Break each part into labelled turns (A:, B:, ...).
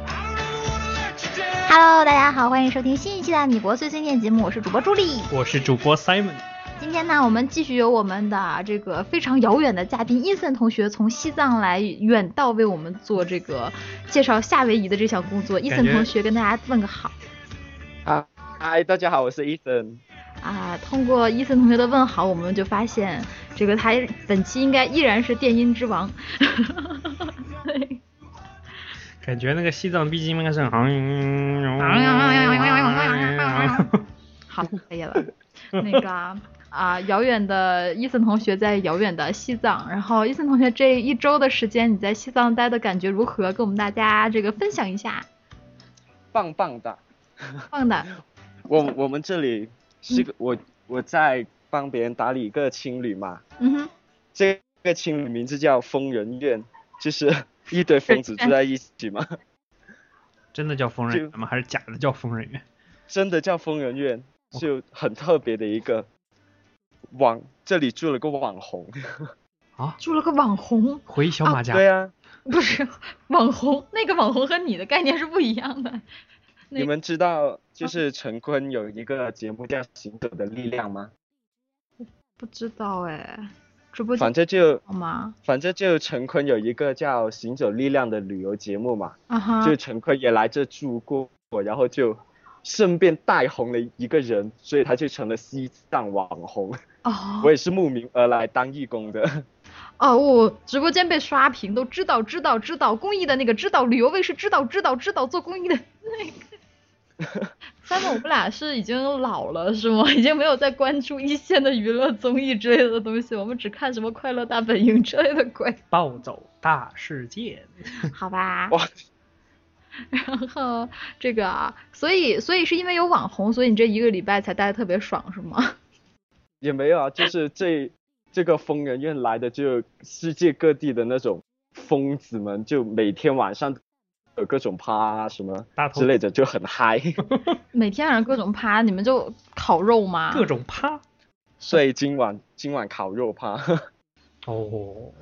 A: I don't ever wanna let you down.
B: Hello，大家好，欢迎收听新一期的《米国碎碎念》节目，我是主播朱莉。
C: 我是主播 Simon，
B: 今天呢，我们继续由我们的这个非常遥远的嘉宾伊森同学从西藏来远道为我们做这个介绍夏威夷的这项工作。伊
C: 感
B: 森
C: 觉
B: 同学跟大家问个好。
D: 啊，嗨，大家好，我是 Ethan。
B: 啊，通过伊森同学的问好，我们就发现这个他本期应该依然是电音之王。 对
C: 感觉那个西藏 BGM 开始很
B: 嗯。好，可以了。那个啊、遥远的伊森同学在遥远的西藏，然后伊森同学这一周的时间你在西藏待的感觉如何？跟我们大家这个分享一下。
D: 棒棒哒！
B: 棒的，
D: 我我们这里是个、我我在帮别人打理一个青旅嘛，
B: 嗯哼，
D: 这个青旅名字叫疯人院，就是一堆疯子住在一起 嘛，
C: 真的叫疯人院吗？还是假的叫疯人院？
D: 真的叫疯人院，就很特别的一个网，这里住了个网红。
B: 住了个网红，
C: 回小马甲，
D: 对啊，
B: 不是网红，那个网红和你的概念是不一样的。那
D: 你们知道就是陈坤有一个节目叫《行走的力量》吗？
B: 不知道哎，直播
D: 反
B: 间
D: 正就
B: 好吗？
D: 反正就陈坤有一个叫《行走力量》的旅游节目嘛。
B: 啊哈，
D: 就陈坤也来这住过，然后就顺便带红了一个人，所以他就成了西藏网红。
B: 哦
D: 我也是慕名而来当义工的，
B: 哦，我直播间被刷屏，都知道知道知道，公益的那个知道，旅游卫视知道知道知道，做公益的那个。三个，我们俩是已经老了是吗？已经没有在关注一线的娱乐综艺之类的东西，我们只看什么《快乐大本营》之类的鬼，
C: 暴走大世界。
B: 好吧？
D: 哇！
B: 然后这个啊，所以所以是因为有网红，所以你这一个礼拜才待的特别爽是吗？
D: 也没有啊，就是这这个疯人院来的就世界各地的那种疯子们，就每天晚上有各种趴啊什么
C: 大头
D: 之类的，就很嗨。
B: 每天晚上各种趴，你们就烤肉吗？
C: 各种趴
D: 所以今晚今晚烤肉趴，
C: 哦，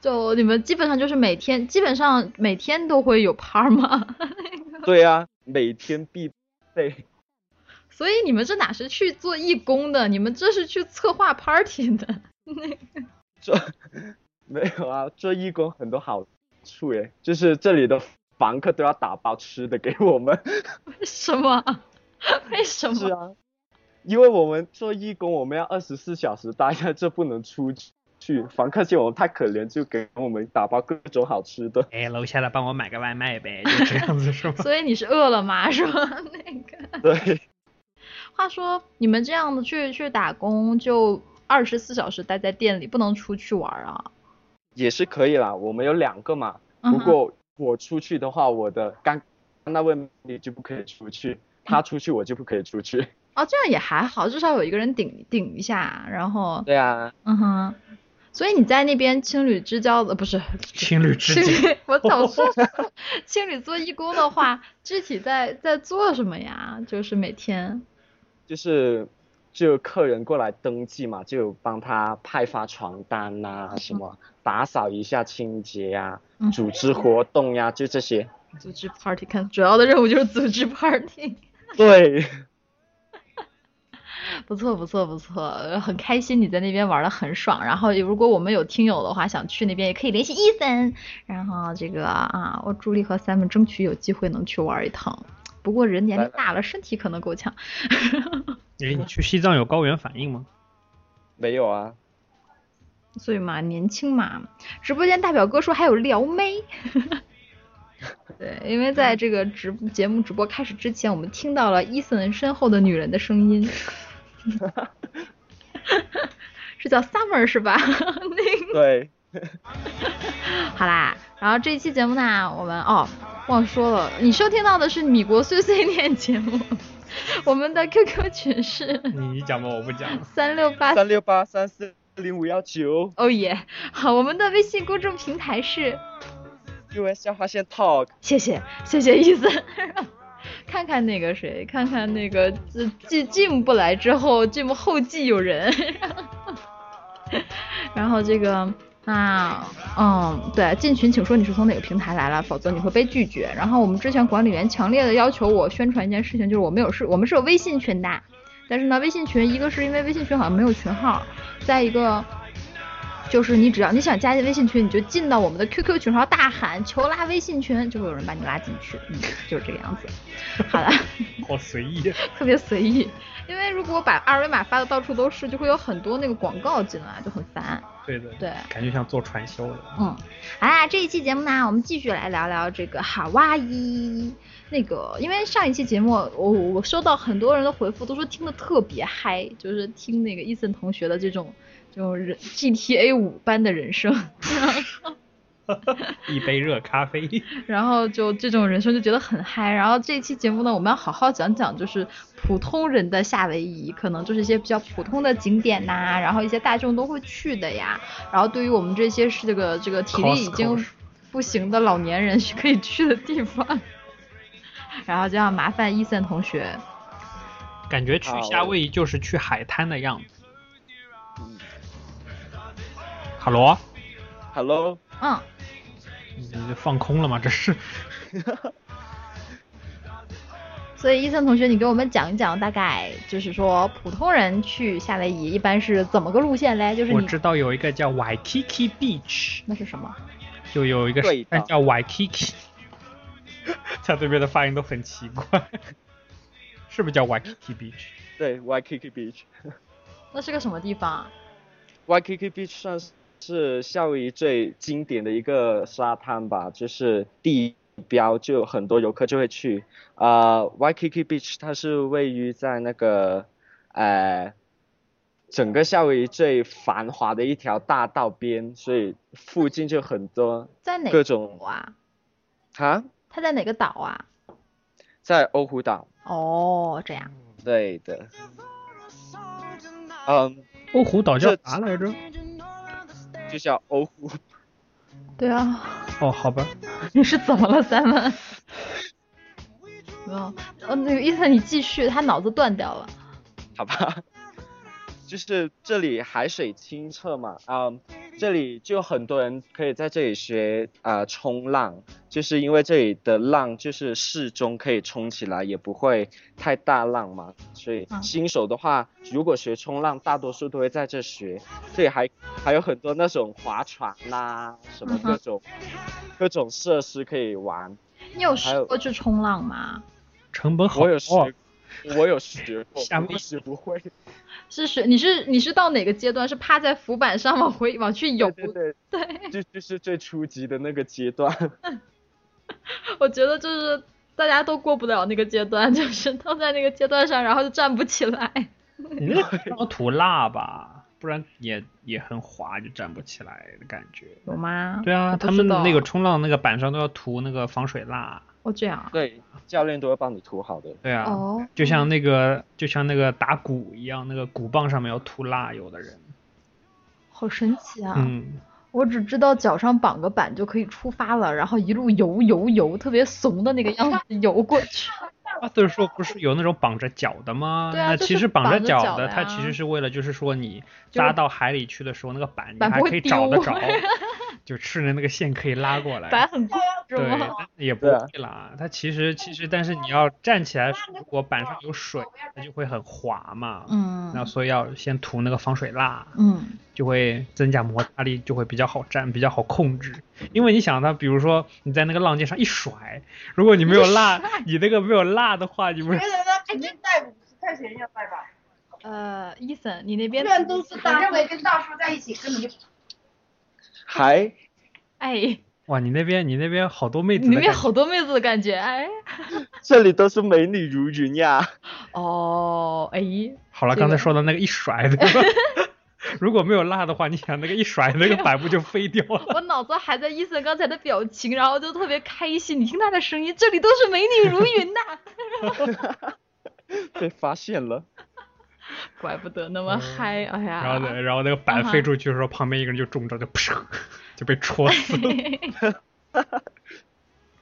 B: 就你们基本上就是每天，基本上每天都会有趴儿吗？
D: 对啊，每天必备。
B: 所以你们这哪是去做义工的，你们这是去策划 party 的。
D: 做没有啊，做义工很多好处耶，就是这里的房客都要打包吃的给我们。
B: 为什么？ 为什
D: 是
B: 么？
D: 啊，因为我们做义工，我们要二十四小时待在这，不能出去。房客嫌我们太可怜，就给我们打包各种好吃的。
C: 哎，楼下的帮我买个外卖呗，就这样子是吗？
B: 所以你是饿了吗？ 是吗？那个，
D: 对，
B: 话说你们这样的去去打工，就二十四小时待在店里，不能出去玩啊。
D: 也是可以啦。我们有两个嘛，
B: 嗯
D: 不
B: 哼
D: 过我出去的话，我的刚刚那位你就不可以出去，他出去我就不可以出去。
B: 哦，这样也还好，至少有一个人顶顶一下，然后，
D: 对啊，
B: 嗯哼。所以你在那边青旅之交的不 是
C: 情侣之
B: 青
C: 间，
B: 旅，我早说青旅做义工的话，具体在在做什么呀？就是每天，
D: 就是就客人过来登记嘛，就帮他派发床单呐、什么打扫一下清洁呀、
B: 嗯
D: 组织活动呀、就这些。
B: 组织 party，看主要的任务就是组织 party。
D: 对，
B: 不错不错不错，很开心你在那边玩的很爽。然后如果我们有听友的话想去那边，也可以联系伊森。然后这个啊，我朱莉和 Simon 争取有机会能去玩一趟。不过人年龄大了，身体可能够呛。
C: 哎，你去西藏有高原反应吗？
D: 没有啊，
B: 所以嘛，年轻嘛，直播间大表哥说还有撩妹。对，因为在这个直节目直播开始之前，我们听到了伊森身后的女人的声音，是叫 Summer 是吧？ 那个
D: 对，
B: 好啦，然后这一期节目呢，我们哦忘说了，你收听到的是米国碎碎念节目， 我们的 QQ 群是
C: 你讲吧，我不讲了。
B: 三六八
D: 三六八三四零五幺九
B: 哦耶，好，我们的微信公众平台是
D: US 下划线 Talk，
B: 谢谢谢谢伊森。 看看那个谁，看看那个自继继母不来之后，继母后继有人。 然后这个啊，嗯，对，进群请说你是从哪个平台来了，否则你会被拒绝。然后我们之前管理员强烈的要求我宣传一件事情，就是我们有是，我们是有微信群的，但是呢，微信群一个是因为微信群好像没有群号，再一个就是你只要你想加进微信群，你就进到我们的 QQ 群，然后大喊求拉微信群，就会有人把你拉进去，嗯，就是这个样子。好了。
C: 好随意。
B: 特别随意。因为如果把二维码发的到处都是，就会有很多那个广告进来，就很烦。
C: 对的。
B: 对
C: 感觉像做传销的。
B: 嗯，好啦，这一期节目呢，我们继续来聊聊这个夏威夷。那个，因为上一期节目，我我我收到很多人的回复，都说听的特别嗨，就是听那个伊森同学的这种这种人 GTA 五般的人生，
C: 一杯热咖 啡，
B: 然后就这种人生就觉得很嗨。然后这一期节目呢，我们要好好讲讲，就是普通人的夏威夷，可能就是一些比较普通的景点呐、然后一些大众都会去的呀。然后对于我们这些是这个这个体力已
C: Costco
B: 经不行的老年人是可以去的地方。 然后就要麻烦伊森同学，
C: 感觉去
D: 啊
C: 夏
D: 我
C: 威夷就是去海滩的样子。
D: 嗯
C: 哈罗，
D: ，Hello，
B: 嗯，
C: 你这放空了吗？这 是
B: 所以伊森同学，你给我们讲一讲，大概就是说普通人去夏威夷一般是怎么个路线嘞？就是
C: 我
B: 你
C: 知道有一个叫 Waikiki Beach，
B: 那是什么？
C: 就有一个
D: 对的
C: 山叫 Waikiki，他这边的发音都很奇怪，是不是叫 Waikiki Beach？
D: 对，Waikiki Beach，Waikiki
B: 那是个什么地方啊？
D: Beach 算是夏威夷最经典的一个沙滩吧，就是地标，就很多游客就会去。啊、w a i k i k i Beach 它是位于在那个，呃，整个夏威夷最繁华的一条大道边，所以附近就很多
B: 在哪
D: 各
B: 个
D: 种
B: 岛啊？
D: 啊，
B: 它在哪个岛啊？
D: 在欧胡岛。
B: 哦，这样。
D: 对的，嗯，
C: 欧哦胡岛叫
D: 这
C: 啥来着？
D: 就叫欧胡。
B: 对啊，
C: 哦，好吧，
B: 你是怎么了，三 文？没有，呃，那个伊森，你继续，他脑子断掉了。
D: 好吧， 就是这里海水清澈嘛，啊、这里就很多人可以在这里学啊、呃冲浪，就是因为这里的浪就是适中，可以冲起来，也不会太大浪嘛，所以
B: 嗯
D: 新手的话，如果学冲浪，大多数都会在这学，这里还还有很多那种划船啦、什么
B: 嗯哼
D: 各种、各种设施可以玩，
B: 你有
D: 还
B: 试
D: 有
B: 过去冲浪吗？
C: 成本好
D: 我有学
C: 高啊。，
D: 我有学过，
C: 夏威
D: 不
C: 夷
D: 过学不会。
B: 是学你是你是到哪个阶段？是趴在浮板上往回往去游？
D: 对对对，就就是最初级的那个阶段。
B: 我觉得就是大家都过不了那个阶段，就是都在那个阶段上，然后就站不起来。
C: 你那个地方涂蜡吧，不然也也很滑，就站不起来的感觉。
B: 有吗？
C: 对啊，
B: 我不
C: 他们
B: 知道
C: 那个冲浪那个板上都要涂那个防水蜡。
B: 哦这样啊
D: 对，教练都会帮你涂好的。
C: 对啊，
B: 哦，
C: 就像那个就像那个打鼓一样，那个鼓棒上面要涂蜡，有的人。
B: 好神奇啊！
C: 嗯，
B: 我只知道脚上绑个板就可以出发了，然后一路游游游，特别怂的那个样子游过去。
C: 阿德说不是有那种绑着脚的吗？
B: 对啊
C: 那
B: 就
C: 其
B: 是
C: 实
B: 绑
C: 着
B: 着
C: 脚
B: 脚
C: 的，
B: 的
C: 它
B: 呀
C: 其实是为了就是说你
B: 就
C: 扎
B: 是
C: 到海里去的时候，那个板你
B: 板不
C: 还
B: 会
C: 可以找得
B: 丢
C: 着，就吃的那个线可以拉过来。
B: 反正很酷是
C: 对，
B: 吗？
C: 但也不
D: 对
C: 会啦。它其实其实，但是你要站起来，如果板上有水，它就会很滑嘛。那
B: 嗯
C: 所以要先涂那个防水蜡，
B: 嗯
C: 就会增加摩擦力，就会比较好站，比较好控制。因为你想它，比如说你在那个浪尖上一甩，如果你没有 蜡，你那个没有蜡的话，你不
E: 觉
C: 是
E: 得他平均带五十块钱要带吧？
B: 呃，伊森，你那边
E: 认都是大，认为跟大叔在一起根本就
D: 还
B: 哎，
C: 哇？你那边你那边好多妹子
B: 你
C: 的
B: 那
C: 感觉，
B: 边好多妹子的感觉哎。
D: 这里都是美女如云呀。
B: 哦， 哎，
C: 好了，
B: 这
C: 刚才
B: 个
C: 说的那个一甩，对 吧？如果没有蜡的话，你想那个一甩，那个板布就飞掉了。
B: 我脑子还在伊森刚才的表情，然后就特别开心。你听他的声音，这里都是美女如云 呐、
D: 被发现了，
B: 怪不得那么
C: 嗯
B: 嗨，哎呀。
C: 然后呢，然后那个板
B: 嗯哼
C: 飞出去的时候，旁边一个人就中招，就噗，就被戳死了。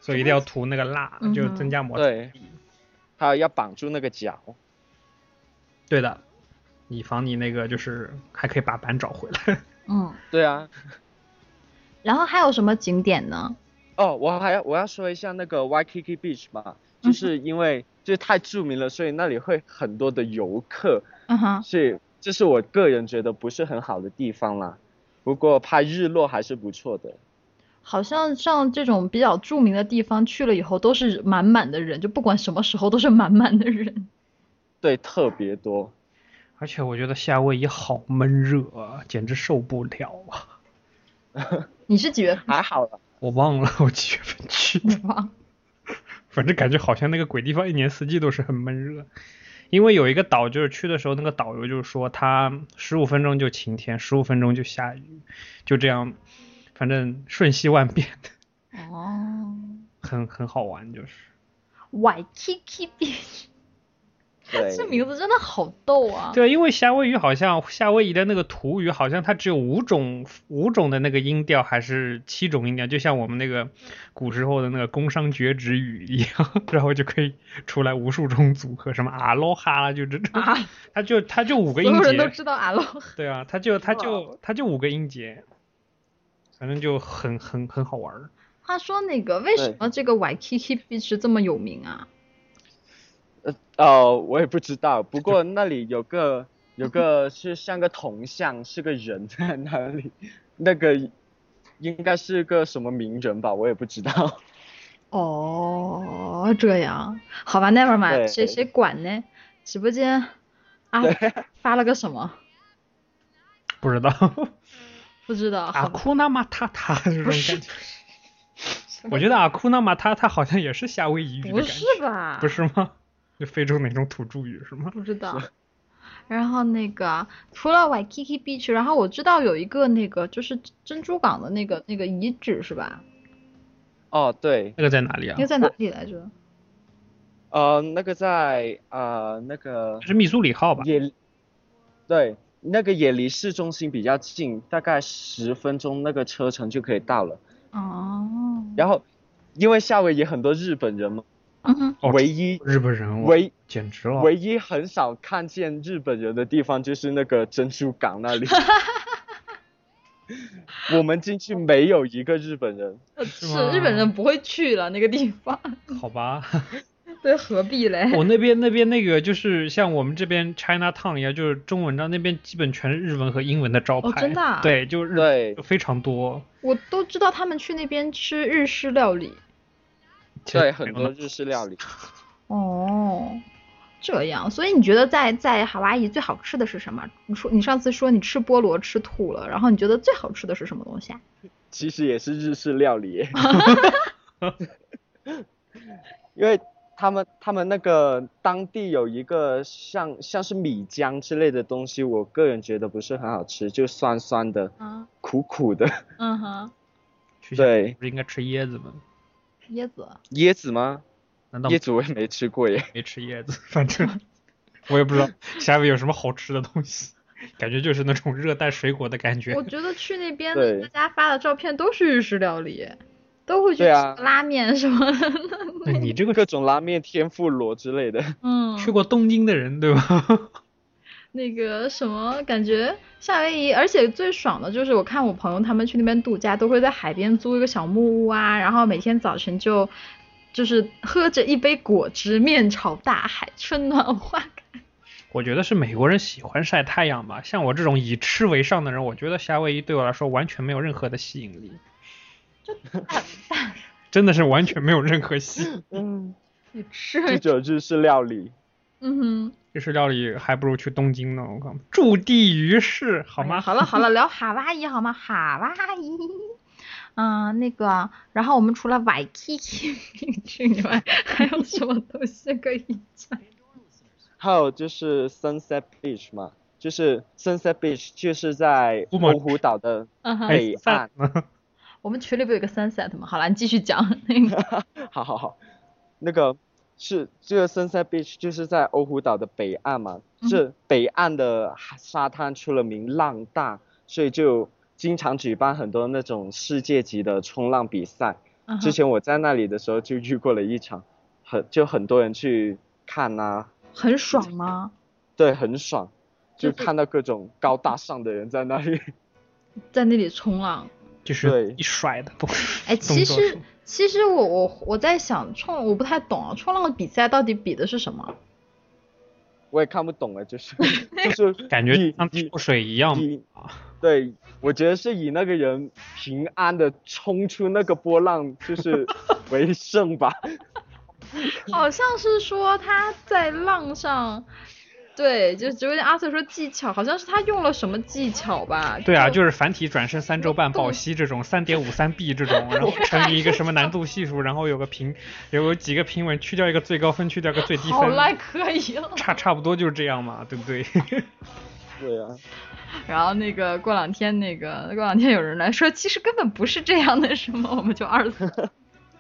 C: 所以一定要涂那个蜡，就
B: 嗯哼
C: 增加摩擦。
D: 对，还有要绑住那个脚，
C: 对的，以防你那个就是还可以把板找回来。
B: 嗯，
D: 对啊。
B: 然后还有什么景点呢？
D: 哦，我还要我要说一下那个 Waikiki Beach 嘛，就是因为就是太著名了，所以那里会很多的游客，
B: 嗯哼，
D: 所以这是我个人觉得不是很好的地方啦。不过拍日落还是不错的。
B: 好像像这种比较著名的地方去了以后，都是满满的人，就不管什么时候都是满满的人。
D: 对，特别多。
C: 而且我觉得夏威夷好闷热啊，简直受不了啊！
B: 你是几月份
D: 还好了，
C: 我忘了我几月份去的，
B: 去吗？
C: 反正感觉好像那个鬼地方一年四季都是很闷热。因为有一个岛，就是去的时候那个导游就是说，他十五分钟就晴天，十五分钟就下雨，就这样，反正瞬息万变，
B: 哦
C: 很很好玩，就是。
B: ，Waikiki Beach，
D: 对，
B: 这名字真的好逗啊！
C: 对，因为夏威夷好像夏威夷的那个土语好像它只有五种五种的那个音调，还是七种音调，就像我们那个古时候的那个工商角徵语一样， 然后就可以出来无数种组合，什么阿罗哈啦，就这种，
B: 啊，
C: 它就它就五个
B: 所
C: 音
B: 有人都
C: 节，
B: 知道阿洛。
C: 对啊，它就它就它就五个音节，反正就很很很好玩儿。
B: 话说那个为什
D: 对
B: 么这个 Waikiki Beach 这么有名啊？
D: 呃哦，我也不知道，不 过那里有个有个是像个铜像，是个人在那里，那个应该是个什么名人吧，我也不知道。
B: 哦，这样，好吧，Never mind，
D: 对
B: 谁谁管呢？直播间啊发了个什么？
C: 不 知道，
B: 不知道，
C: 阿
B: 好吧，
C: 库纳马塔塔这种
B: 啊不
C: 感
B: 是
C: 觉，我觉得阿库纳马塔塔好像也是夏威夷语的
B: 不
C: 感
B: 是
C: 觉。
B: 吧？
C: 不是吗？就非洲哪种土著语是吗？
B: 不知道。然后那个除了 Waikiki Beach，然后我知道有一个那个就是珍珠港的那个那个遗址是吧？
D: 哦，对，
C: 那个在哪里啊
B: 那个？在哪里来着？
D: 呃，那个在呃那个
C: 是密苏里号吧？
D: 也，对，呃那个也离市中心比较近，大概十分钟那个车程就可以到了。
B: 哦，
D: 然后，因为夏威夷很多日本人嘛，
B: 嗯哼，
C: 哦
D: 唯一
C: 日本人，我
D: 唯
C: 简直了！
D: 唯一很少看见日本人的地方就是那个珍珠港那里。我们进去没有一个日本人，
B: 呃
C: 是
B: 是
C: 吗
B: 日本人不会去了那个地方，
C: 好吧，
B: 对，何必嘞？
C: 我那边那边那个就是像我们这边 China Town 一样，就是中文章那边基本全是日文和英文的招牌。
B: 哦真的啊
C: 对，就是日
D: 对
C: 就非常多。
B: 我都知道他们去那边吃日式料理。
D: 对，很多日式料理。
B: 哦，这样，所以你觉得在在夏威夷最好吃的是什么？你说你上次说你吃菠萝吃吐了，然后你觉得最好吃的是什么东西啊？
D: 其实也是日式料理，因为他们他们那个当地有一个像像是米浆之类的东西，我个人觉得不是很好吃，就酸酸的、
B: 啊，
D: 苦苦的。
B: 嗯哼，
C: 去夏威夷
D: 对，
C: 不是应该吃椰子吗？
B: 椰子，
D: 椰子吗？
C: 难道
D: 椰子我也没吃过耶。
C: 没吃 椰子？反正我也不 知道夏威夷有什么好吃的东西，感觉就是那种热带水果的感觉
B: 我。觉得去那边
D: 对
B: 的大家发的照片都是日式料理，都会去
D: 对啊
B: 吃拉面什么的。
C: 对 你这个
D: 各种拉面、天妇罗之类的，
B: 嗯，
C: 去过东京的人对吧？
B: 那个什么，感觉夏威夷，而且最爽的就是我看我朋友他们去那边度假，都会在海边租一个小木屋啊，然后每天早晨就就是喝着一杯果汁，面朝大海，春暖花开。
C: 我觉得是美国人喜欢晒太阳吧，像我这种以吃为上的人，我觉得夏威夷对我来说完全没有任何的吸引力， 真的是完全没有任何吸引。
D: 嗯，
B: 你吃，
D: 这种日式料理，
B: 嗯哼，
C: 日式料理还不如去东京呢，我靠，驻地于市，好
B: 哎呀
C: 吗？
B: 好了好 了，聊哈哇伊好吗？哈哇伊，嗯、那个，然后我们除了 Waikiki 名郡以外，还有什么东西可以讲？
D: 还有就是 Sunset Beach 嘛，就是 Sunset Beach 就是在
C: 乌马
D: 芜湖岛的
B: 嗯哼
C: 哎
D: 北
C: 散
D: 岸。
C: 了。
B: 我们群里不有一个 sunset 吗？好了，你继续讲 那个。
D: 好好好，那个是这个 Sunset Beach 就是在欧胡岛的北岸嘛，
B: 嗯
D: 这北岸的海沙滩出了名浪大，所以就经常举办很多那种世界级的冲浪比赛。
B: 嗯哼
D: 之前我在那里的时候就遇过了一场，很就很多人去看啊呐、
B: 很爽吗？
D: 对，很爽，就
B: 就是
D: 看到各种高大上的人在那里。
B: 在那里冲浪？
C: 就是
D: 对
C: 一甩的动，
B: 哎，其
C: 动作
B: 实
C: 是
B: 其实我我我在想冲，我不太懂啊，冲浪的比赛到底比的是什么？
D: 我也看不懂哎，就是 就 是
C: 感觉
D: 以
C: 像
D: 以
C: 跳水一样
D: 以
C: 嘛。
D: 对，我觉得是以那个人平安的冲出那个波浪就是为 胜吧。
B: 好像是说他在浪上，对，就只有点阿瑟说技巧，好像是他用了什么技巧吧？
C: 对啊，
B: 就
C: 就是繁体转身三周半抱膝这种，三点五三 B 这 种，然后乘以一个什么难度系数，然后有个平，有几个平稳，去掉一个最高分，去掉个最低
B: 好
C: 分，
B: 赖可以了。
C: 差差不多就是这样嘛，对不对？
D: 对啊，
B: 然后那个过两天那个过两天有人来说，其实根本不是这样的什么，我们就 二次，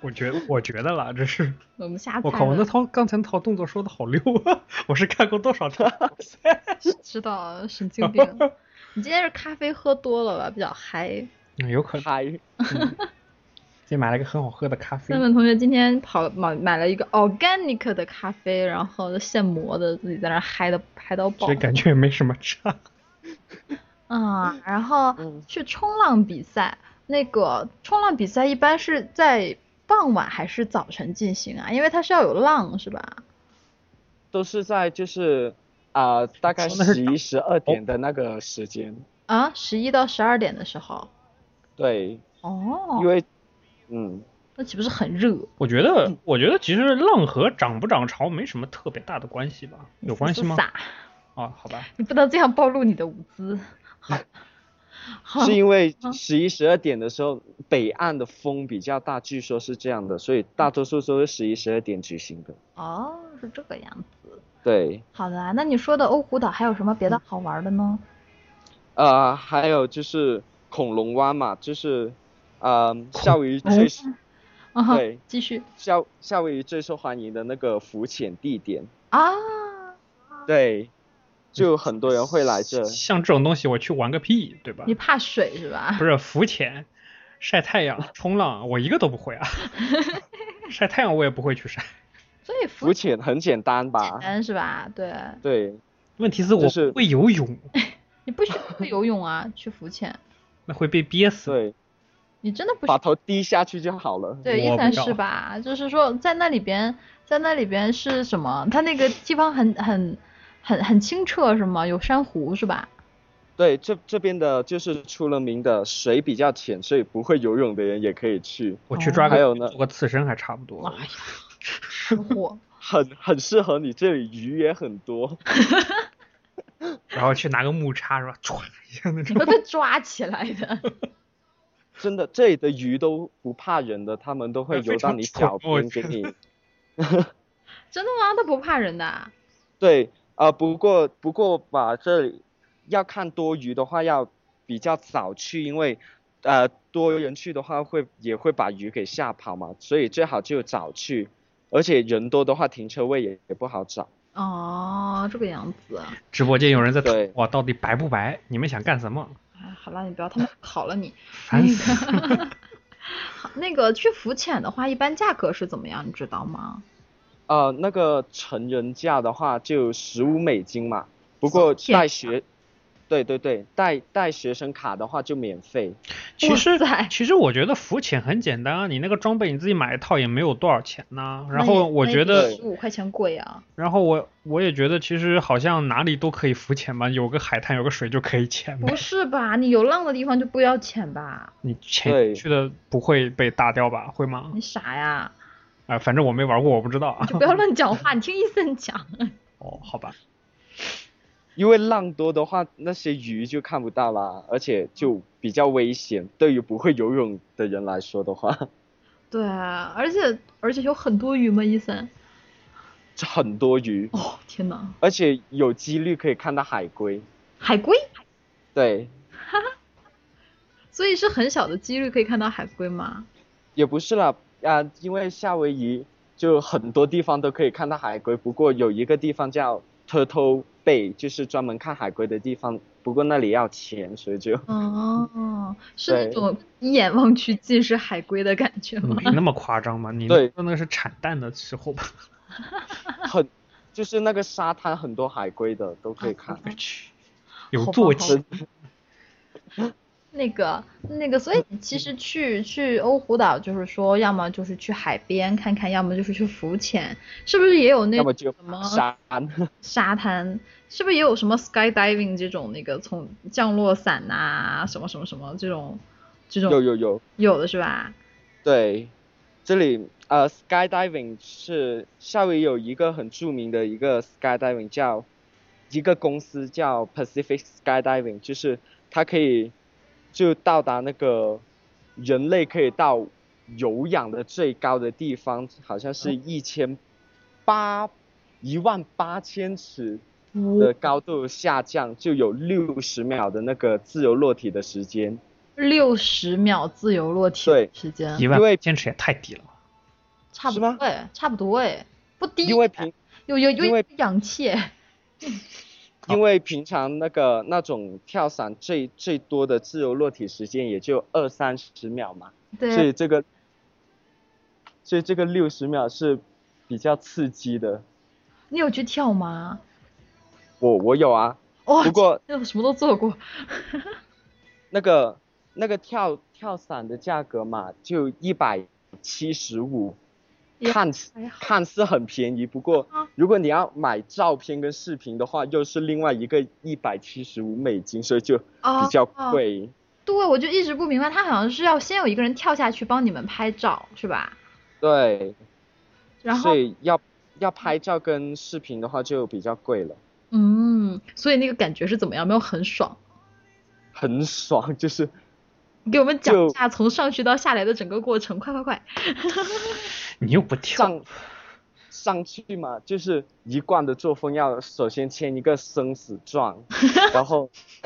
C: 我觉得我觉得啦，这是
B: 我们下次
C: 我靠，我那套刚才那套动作说的好溜啊！ 我是看过多少场比赛？
B: 知道神经 病。你今天是咖啡喝多了吧？比较嗨。
C: 嗯 有可能。
D: 嗨，
C: 今天买了一个很好喝的咖啡
B: 三，本同学今天跑买买了一个 organic 的咖啡，然后现磨的，自己在那儿嗨的嗨到爆
C: 这。感觉也没什么差。
B: 啊、然后
D: 嗯
B: 去冲浪比赛，那个冲浪比赛一般是在傍晚还是早晨进行啊？因为它是要有浪是吧？
D: 都是在就是啊、大概
C: 说那是
D: 十一十二点的那个时间。
B: 啊，十一到十二点的时候。
D: 对，
B: 哦
D: 因，为嗯，
B: 那岂不是很热？
C: 我觉得，
B: 嗯
C: 我觉得其实浪和涨不涨潮没什么特别大的关系吧？有关系吗？
B: 傻，
C: 啊，好吧，
B: 你不能这样暴露你的舞姿。 好，好
D: 是，因为
B: 嗯
D: 十一十二点的时候北岸的风比较大，据说是这样的，所以大多数都是十一十二点举行的。
B: 哦，是这个样子。
D: 对。
B: 好的啊，那你说的欧胡岛还有什么别
C: 嗯
B: 的好玩的呢？
D: 呃，还有就是恐龙湾嘛，就是，呃，夏威夷最
B: 啊哈
D: 对，
B: 继续
D: 夏夏威夷最受欢迎的那个浮潜地点，
B: 啊，
D: 对，就很多人会来这。
C: 像这种东西我去玩个屁，对吧
B: 你？怕水是吧
C: 不？是浮潜、晒太阳、冲浪，我一个都不会 啊。晒太阳我也不会去晒，
B: 所以浮
D: 浮潜很简单
B: 简
D: 吧？
B: 单是吧？对，
D: 对，
C: 问题是我
D: 就是
C: 不会游泳，
B: 你不需要会游泳啊，去浮潜，
C: 那会被憋死。
D: 对，
B: 你真的不需
D: 把头低下去就好了。
C: 我
B: 对，一
C: 不
B: 三
C: 要
B: 是吧？就是说在那里边，在那里边是什么？它那个地方很很很很清澈是吗？有珊瑚是吧？
D: 对，这这边的就是出了名的水比较浅，所以不会游泳的人也可以去，
C: 我去抓
D: 哦还
C: 个
D: 有
C: 鱼
D: 呢
C: 做个刺身还差不多。
B: 哎呀，吃货
D: 很 很适合你，这里鱼也很多。
C: 然后去拿个木叉是吧？歘一下那
B: 你
C: 种
B: 会。被抓起来的。
D: 真的，这里的鱼都不怕人的，它们都会游到你脚边给你。
B: 真的吗？它不怕人的啊、
D: 对，呃，不过不过吧，这里要看多鱼的话，要比较早去，因为呃多人去的话会也会把鱼给吓跑嘛，所以最好就早去。而且人多的话，停车位也也不好找。
B: 哦，这个样子啊。
C: 直播间有人在讨
D: 对
C: 我到底白不白？你们想干什么？
B: 哎，好了，你不 要他们考了你。
C: 烦 死！
B: 好，那个去浮潜的话，一般价格是怎么样？你知道吗？
D: 呃，那个成人价的话就十五美金嘛，不过
B: 骗
D: 带学，对对对，带带学生卡的话就免费。
C: 其实
B: 塞
C: 其实我觉得浮潜很简单啊，你那个装备你自己买一套也没有多少钱呐、然后我觉得，
B: 十五块钱贵 啊，
C: 然后我我也觉得其实好像哪里都可以浮潜吧，有个海滩有个水就可以潜呗
B: 不。是吧？你有浪的地方就不要钱吧？
C: 你潜
D: 对
C: 去的不会被打掉吧？会吗？
B: 你 傻呀？
C: 啊、反正我没玩过，我不知道啊。
B: 嗯就不要乱讲话，你听医生讲。
C: 哦，好 吧，
D: 因为浪多的话，那些鱼就看不到啦，而且就比较危险。对于不会游泳的人来说的话，
B: 对啊，而且而且有很多鱼吗？医生？
D: 这很多鱼，
B: 哦，天哪，
D: 而且有几率可以看到海龟。
B: 海龟，
D: 对，
B: 所以是很小的几率可以看到海龟吗？
D: 也不是啦，啊，因为夏威夷就很多地方都可以看到海龟，不过有一个地方叫 Turtle Bay，就是专门看海龟的地方，不过那里要钱，所以就
B: 哦，是那
D: 对嗯
B: 种一眼望去尽是海龟的感觉吗
C: 没？那么夸张吧？你
D: 对
C: 说那个是产蛋的时 候吧？
D: 很，就是那个沙滩很多海龟的都可以
B: 啊
D: 看。
C: 我去，有
B: 好吧
C: 坐
B: 好
C: 骑
B: 吧那个那个，所以你其实去去欧胡岛，就是说，要么就是去海边看看，要么就是去浮潜，是不是也有那
D: 要么
B: 种
D: 就
B: 什么
D: 山，
B: 沙滩？是不是也有什么 skydiving 这种那个从降落伞呐、什么什么什么这种这种
D: 有有有，
B: 有的是吧？
D: 对，这里呃，skydiving 是夏威夷有一个很著名的一个 skydiving 叫一个公司叫 Pacific Skydiving，就是它可以就到达那个人类可以到有氧的最高的地方，好像是一千八一万八千尺的高度下降，就有六十秒的那个自由落体的时间。
B: 六十秒自由落体
D: 对
B: 时间，
C: 一万
D: 因为
C: 坚持也太低了吧。
B: 差不
D: 是
B: 多
D: 吗
B: 哎，差不多哎，不低，
D: 因为平
B: 有有有
D: 因为
B: 有氧气 哎，
D: 因为平常那个那种跳伞最最多的自由落体时间也就二三十秒嘛，所以
B: 对，
D: 这个，所以这个六十秒是比较刺激的。
B: 你有去跳吗？
D: 我我有啊，
B: 哇、
D: 不过
B: 这我什么都做 过，
D: 那个那个跳跳伞的价格嘛，就一百七十五，
B: 也
D: 看似
B: 还好
D: 看似很便宜，不过
B: 啊
D: 如果你要买照片跟视频的话，又是另外一个一百七十五美金，所以就
B: 啊
D: 比较
B: 啊
D: 贵。
B: 对，我就一直不明白，他好像是要先有一个人跳下去帮你们拍照，是吧？
D: 对，
B: 然后
D: 所，以要要拍照跟视频的话就比较贵了，
B: 嗯，所以那个感觉是怎么样？没有很爽？
D: 很爽， 就是
B: 你给我们讲一
D: 就
B: 下从上去到下来的整个过程，快快快！
C: 你又不跳
D: 上，上去嘛，就是一贯的作风，要首先签一个生死 状，然后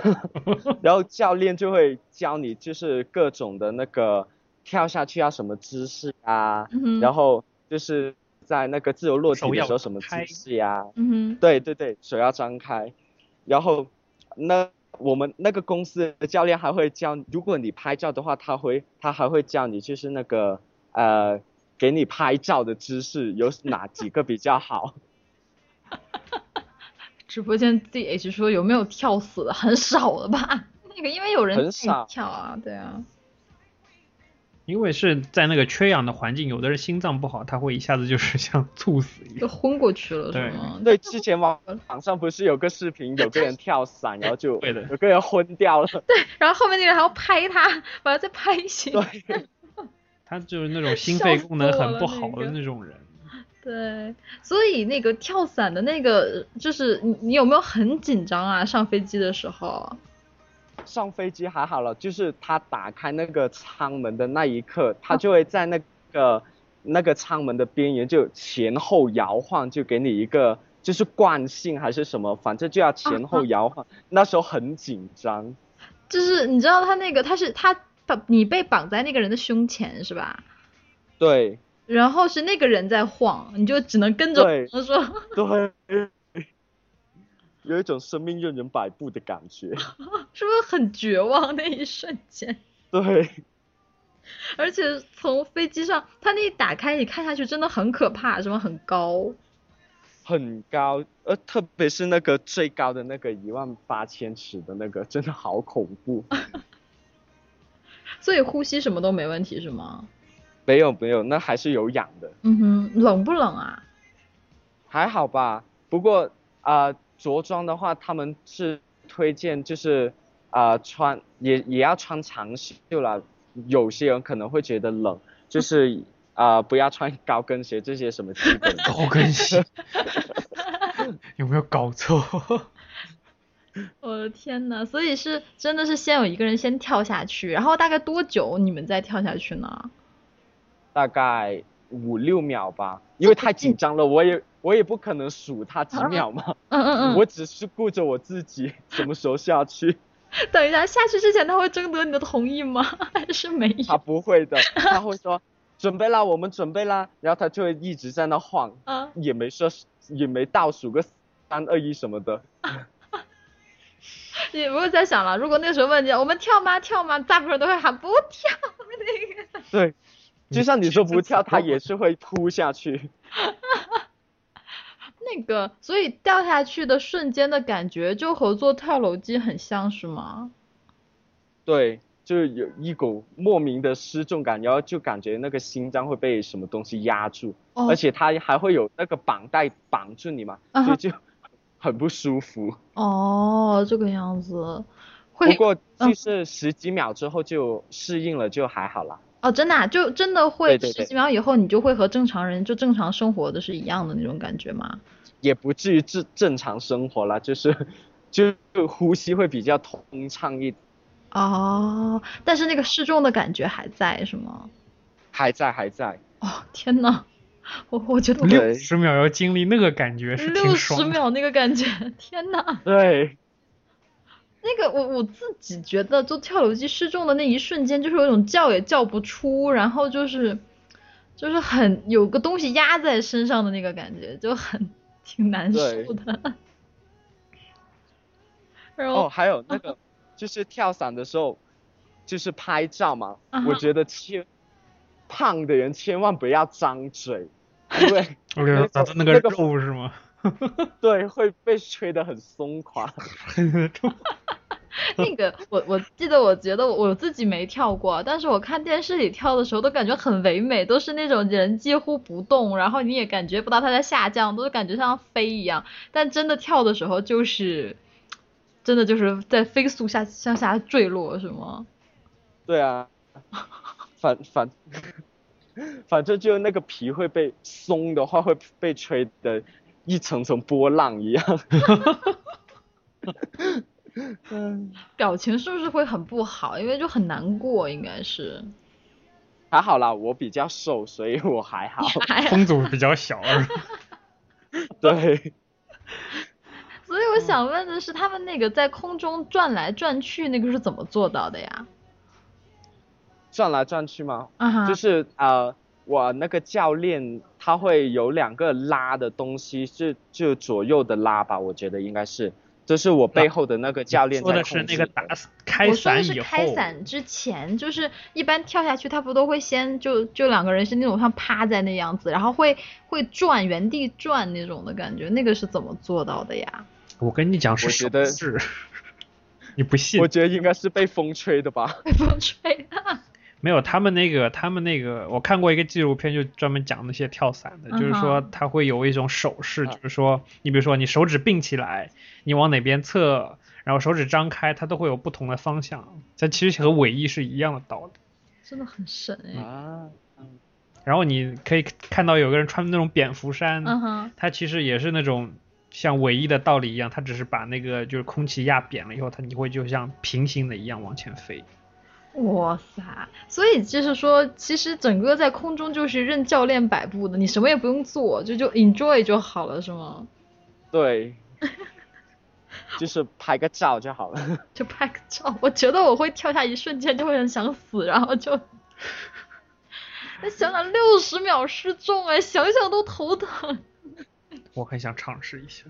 D: 然后教练就会教你就是各种的那个跳下去啊什么姿势啊，
B: 嗯
D: 然
B: 后，
D: 后就是在那个自由落体
C: 手
D: 的
C: 要
D: 时候什么
C: 开
D: 姿势啊呀、
B: 嗯
D: 对对对，手要张开，然后那我们那个公司的教练还会教，如果你拍照的话，他会他还会教你就是那个呃，给你拍照的姿势有哪几个比较好。
B: 哼，直播间 ZH 说有没有跳死的？很少了吧？ 那个因为有人
D: 很
B: 带你
D: 少
B: 跳啊，对啊，
C: 因为是在那个缺氧的环境，有的人心脏不好，他会一下子就是像 猝死一
B: 就
C: 样。
B: 昏过去了
C: 对
B: 是吗？
D: 对，之前网网上不是有个视频，有个人跳伞，然后就
C: 对的
D: 有个人昏掉了。
B: 然后后面那个人还要拍他，把他再拍醒。
D: 对，
C: 他就是那种心
B: 笑
C: 肺
B: 死
C: 功能
B: 我
C: 很
B: 了
C: 不
B: 那
C: 好的
B: 个
C: 那种人。
B: 对，所以那个跳伞的那个，就是你你有没有很紧张啊？上飞机的时候，
D: 上飞机还好了，就是他打开那个舱门的那一刻，他就会在那个、呃那个舱门的边缘就前后摇晃，就给你一个就是惯性还是什么，反正就要前后摇晃。那时候很紧张，
B: 就是你知道他那个他是他把你被绑在那个人的胸前是吧？
D: 对
B: 然后是那个人在晃，你就只能跟着
D: 对
B: 晃说
D: 对，有一种生命任人摆布的感觉。
B: 是不是很绝望那一瞬间？
D: 对，
B: 而且从飞机上，他那一打开，你看下去真的很可怕，什么很高，
D: 很高，呃，特别是那个最高的那个一万八千尺的那个，真的好恐怖。
B: 所以呼吸什么都没问题是吗？
D: 没有没有，那还是有氧的，
B: 嗯哼，冷不冷啊？
D: 还好吧。不过啊、呃着装的话，他们是推荐就是啊、呃穿也也要穿长袖啦。有些人可能会觉得冷，就是啊、呃不要穿高跟鞋这些什么基本的。
C: 高跟鞋， 有没有搞错？
B: 我的天呐，所以是真的是先有一个人先跳下去，然后大概多久你们再跳下去呢？
D: 大概五六秒吧，因为太紧张了，我也我也不可能数它几秒嘛，
B: 嗯嗯
D: 我
B: 嗯，
D: 只是顾着我自己什么时候下去。
B: 等一下下去之前他会征得你的同意吗？ 还是没
D: 他
B: 有？
D: 不会的，他会说准备啦，我们准备啦，然后他就会一直在那晃，
B: 啊，
D: 也没说也没倒数个三二一什么的，
B: 也不会再想了。如果那时候问你我们跳吗跳吗，大部分人都会喊不跳那个。
D: 对，就像你说不跳，
C: 你
D: 他也是会扑下去。
B: 那个，所以掉下去的瞬间的感觉就和做跳楼机很像是吗？
D: 对，就是有一股莫名的失重感，然后就感觉那个心脏会被什么东西压住，
B: 哦
D: 而且它还会有那个绑带绑住你嘛，
B: 啊
D: 所以就很不舒服。
B: 哦，这个样子，会
D: 不过
B: 嗯
D: 就是十几秒之后就适应了，就还好啦。
B: 哦，真的、啊、就真的会
D: 对对
B: 十
D: 对
B: 几秒以后，你就会和正常人就正常生活的是一样的那种感觉吗？
D: 也不至于正正常生活啦，就是就呼吸会比较通畅一，
B: 哦，但是那个失重的感觉还在是吗？
D: 还在还在。
B: 哦，天呐，我我觉得
D: 对
C: 六十秒要经历那个感觉是挺
B: 六十
C: 爽的。
B: 秒那个感觉，天呐，
D: 对，
B: 那个我我自己觉得，就跳楼机失重的那一瞬间，就是有一种叫也叫不出，然后就是就是很有个东西压在身上的那个感觉，就很挺难
D: 对
B: 受的。 然后嗯
D: 哦，还有那个就是跳伞的时候，就是拍照嘛
B: 啊哈，
D: 我觉得千胖的人千万不要张嘴，因 为
C: 我跟你说，咱们那个
D: 那个
C: 肉是吗？
D: 对会被吹得很松垮。
B: 那个，我我记得，我觉得我自己没跳过，啊但是我看电视里跳的时候都感觉很唯美，都是那种人几乎不动，然后你也感觉不到它在下降，都是感觉像飞一样。但真的跳的时候，就是真的就是在飞速下向下坠落，是吗？
D: 对啊，反反反正就那个皮会被松的话会被吹得一层层波浪一样。
B: 表情是不是会很不好？因为就很难过，应该是。
D: 还好啦，我比较瘦，所以我还好。
B: 哎呀，
C: 风阻比较小，啊 是吧
D: 对，
B: 所以我想问的是，他们那个在空中转来转去，那个是怎么做到的呀？
D: 转来转去嘛，
B: 啊哈，
D: 就是呃，我那个教练他会有两个拉的东西，是就左右的拉吧，我觉得应该是，这是我背后的那个教练
C: 说
D: 在
C: 的
D: 控
C: 是
D: 制
C: 那个打开
B: 我说的
C: 伞
B: 是
C: 以后，
B: 开伞之前，就是一般跳下去，他不都会先就就两个人是那种像趴在那样子，然后会会转原地转那种的感觉，那个是怎么做到的呀？
C: 我跟你讲是
D: 我觉得
C: 手势， 你不信
D: 我？觉得应该是被风吹的吧。
B: 被风吹的。
C: 没有，他们那个，他们那个，我看过一个纪录片，就专门讲那些跳伞的，就是说
B: 嗯哼嗯
C: 他会有一种手势，
D: 啊
C: 就是说，你比如说你手指并起来，你往哪边侧，然后手指张开，它都会有不同的方向，它其实和尾翼是一样的道理。
B: 真的很神哎，
D: 啊，
C: 然后你可以看到有个人穿那种蝙蝠衫，
B: 嗯哼，
C: 它其实也是那种像尾翼的道理一样，它只是把那个就是空气压扁了以后，它你会就像平行的一样往前飞。
B: 哇塞！所以就是说，其实整个在空中就是任教练摆布的，你什么也不用做，就就 enjoy 就好了，是吗？
D: 对，就是拍个照就好了。
B: 就拍个照。我觉得我会跳下一瞬间就会很想死，然后就，那想想六十秒失重哎，想想都头疼
C: 我很想尝试一下。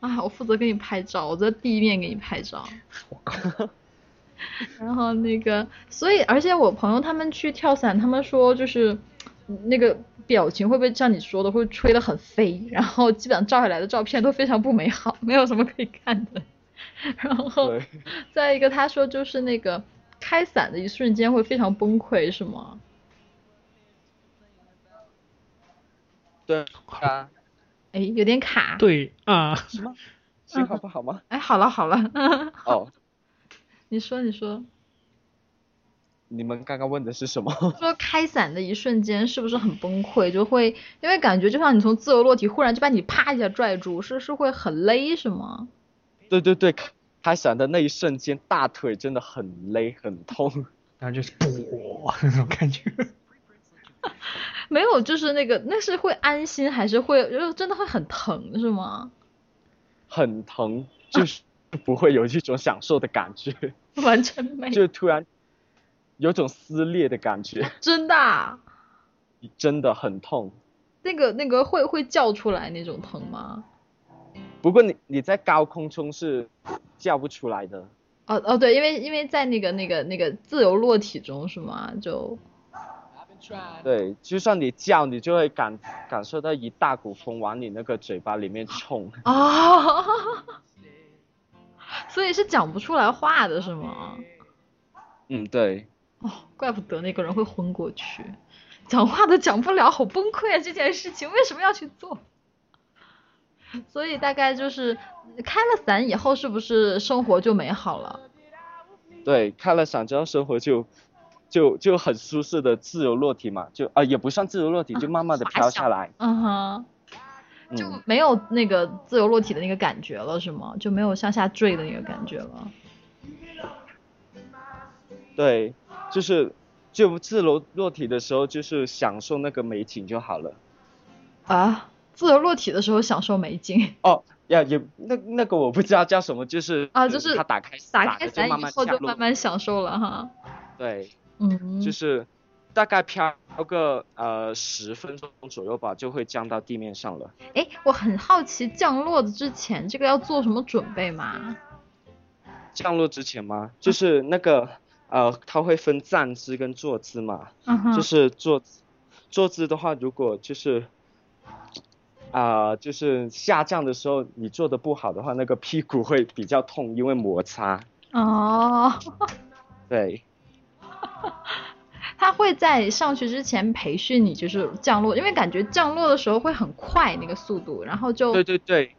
B: 啊！我负责给你拍照，我在第一面给你拍照。
C: 我靠！
B: 然后那个，所以而且我朋友他们去跳伞，他们说就是那个表情会不会像你说的会吹得很飞，然后基本上照下来的照片都非常不美好，没有什么可以看的。 然后
D: 对，
B: 再一个，他说就是那个开伞的一瞬间会非常崩溃，是吗？
D: 对啊，
B: 哎，有点卡。，
C: 对啊，
D: 信号不好吗？
B: 哎，好了好了，
D: 哦，
B: 你说你说，
D: 你们刚刚问的是什么？
B: 说开伞的一瞬间是不是很崩溃？就会因为感觉就像你从自由落体忽然就把你啪一下拽住，是是会很勒是吗？
D: 对对对，开开伞的那一瞬间，大腿真的很勒很痛。
C: 然后就是啵 那种感觉。
B: 没有，就是那个那是会安心还是会就是真的会很疼是吗？
D: 很疼，就是不会有一种享受的感觉，
B: 完全没有，
D: 就突然有种撕裂的感觉，
B: 真的啊、
D: 真的很痛。
B: 那个那个会会叫出来那种疼吗？
D: 不过你你在高空中是叫不出来的，
B: 哦哦对，因为因为在那个那个那个自由落体中是吗？就
D: 对，就算你叫，你就会感感受到一大股风往你那个嘴巴里面冲。
B: 啊，所以是讲不出来话的是吗？
D: 嗯，对，
B: 哦，怪不得那个人会昏过去，讲话都讲不了，好崩溃啊！这件事情为什么要去做？ 所以大概就是开了伞以后，是不是生活就美好了？
D: 对，开了伞之后生活就就就很舒适的自由落体嘛，就啊、也不算自由落体，就慢慢的
B: 滑
D: 飘
B: 翔
D: 下来。
B: 嗯哼，
D: 嗯，
B: 就没有那个自由落体的那个感觉了，是吗？就没有向下坠的那个感觉了。
D: 对，就是就自由落体的时候，就是享受那个美景就好了。
B: 啊，自由落体的时候享受美 景，
D: 哦，呀也那那个我不知道叫什么，就是
B: 啊就是
D: 他打开
B: 打开
D: 伞
B: 伞
D: 就慢慢
B: 以后
D: 下
B: 就
D: 落
B: 慢慢享受了哈。
D: 对，
B: 嗯，
D: 就是大概飘个呃十分钟左右吧，就会降到地面上了。
B: 哎，我很好奇降落的之前这个要做什么准备吗？
D: 降落之前吗？就是那个呃，它会分站姿跟坐姿嘛，
B: 嗯哼，
D: 就是坐坐姿的话，如果就是。啊、就是下降的时候，你做的不好的话，那个屁股会比较痛，因为摩擦。
B: 哦，
D: 对，
B: 他会在上去之前培训你，就是降落，因为感觉降落的时候会很快那个速度，然后就
D: 对对对，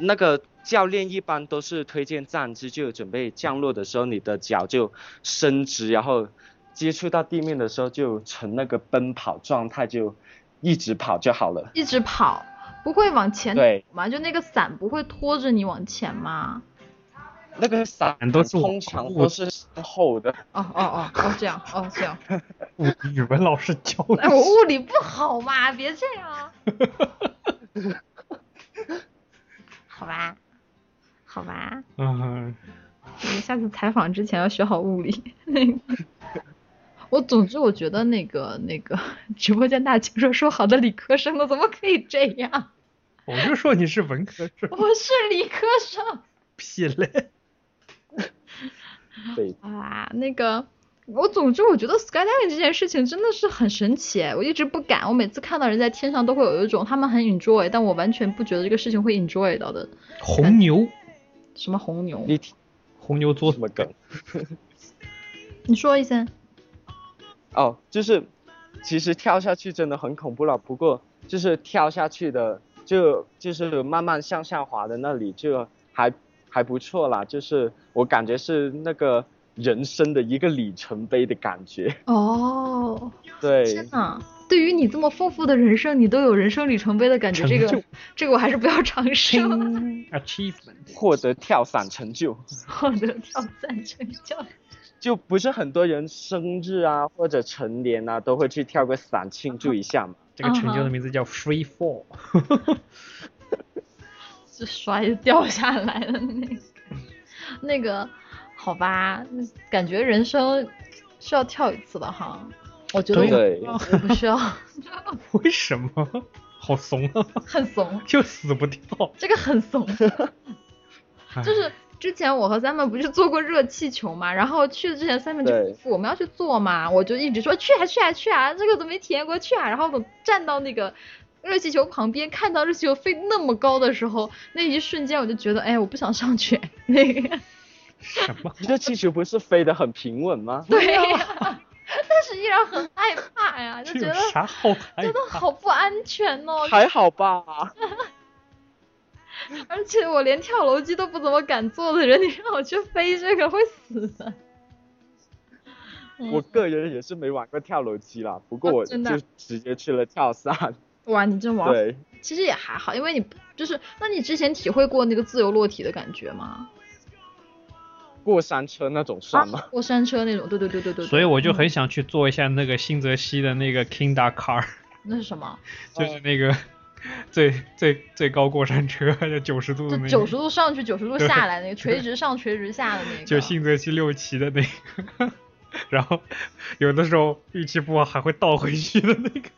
D: 那个教练一般都是推荐站姿，就准备降落的时候，你的脚就伸直，然后接触到地面的时候就呈那个奔跑状态，就一直跑就好了。
B: 一直跑，不会往前
D: 对
B: 嘛？就那个伞不会拖着你往前吗？
D: 那个伞
C: 都是我
D: 通常都是身后的，
B: 哦哦哦哦，这样哦这 样，
C: 我语文老师教
B: 哎，
C: 的，
B: 我物理不好嘛，别这样，好吧，好吧，
C: 嗯，
B: 我下次采访之前要学好物理。 那个，我总之我觉得那个那个 直播间大清说说好的理科生呢，怎么可以这样？
C: 我就说你是文科生，
B: 我是理科生。
C: 屁 嘞！
D: 对，
B: 啊，那个，我总之我觉得 skydiving 这件事情真的是很神奇诶，我一直不敢，我每次看到人在天上都会有一种他们很 enjoy，但我完全不觉得这个事情会 enjoy 到的。
C: 红牛，
B: 什么红牛？
D: 你听
C: 红牛做
D: 什么梗？
B: 你说一声。
D: 哦，就是其实跳下去真的很恐怖了，不过就是跳下去的，就就是慢慢向下滑的那里就还还不错啦，就是我感觉是那个人生的一个里程碑的感觉。
B: 哦，天
D: 对，
B: 呐，对于你这么丰富的人生，你都有人生里程碑的感觉，
C: 成
B: 这
C: 就
B: 个 这个我还是不要尝试了。
C: 嗯 achievement，
D: 获得跳伞成就，
B: 我的挑战成就，
D: 就不是很多人生日啊或者成年啊都会去跳个伞庆祝一下嘛。
C: 这个成
B: 嗯
C: 就的名字叫 free fall，
B: 就摔掉下来的那个，那个，好吧，嗯感觉人生需要跳一次的哈。我觉得
C: 对
B: 我
D: 对，
B: 我不需要，
C: 为什么？好怂啊，
B: 很怂，
C: 就死不掉。
B: 这个很怂，
C: 哎
B: 就是之前我和 Simon 不是做过热气球嘛，然后去之前 Simon 就
D: 对
B: 嘱咐我们要去做嘛，我就一直说去啊去啊去啊，这个都没体验过去啊。然后我站到那个热气球旁边，看到热气球飞那么高的时候，那一瞬间我就觉得，哎，我不想上去。 那个，
C: 什么？
D: 热气球不是飞得很平稳吗？
B: 对
C: 啊
B: 呀、但是依然很害怕呀，就
C: 这
B: 觉
C: 有
B: 得
C: 啥好害
B: 真的
C: 怕？
B: 好不安全哦。
D: 还好吧。
B: 而且我连跳楼机都不怎么敢坐的人，你让我去飞这个会死的。嗯
D: 我个人也是没玩过跳楼机啦，不过
B: 哦
D: 我
B: 真的啊
D: 就直接去了跳伞。
B: 哇，你真玩儿，
D: 对，
B: 其实也还好，因为你不就是，那你之前体会过那个自由落体的感觉吗？
D: 过山车那种算吗？
B: 过山车那种，对对对对对。
C: 所以我就
B: 嗯
C: 很想去做一下那个新泽西的那个 King Dakar，
B: 那是什么？ 嗯
C: 就是那个最最最高过山车， 就九十度的
B: 就
C: 那个，
B: 九十度上去，九十度
C: 对
B: 下来那个，垂直上，垂直下的那个。
C: 就新泽西六旗的那个，然后有的时候运气不好还会倒回去的那个。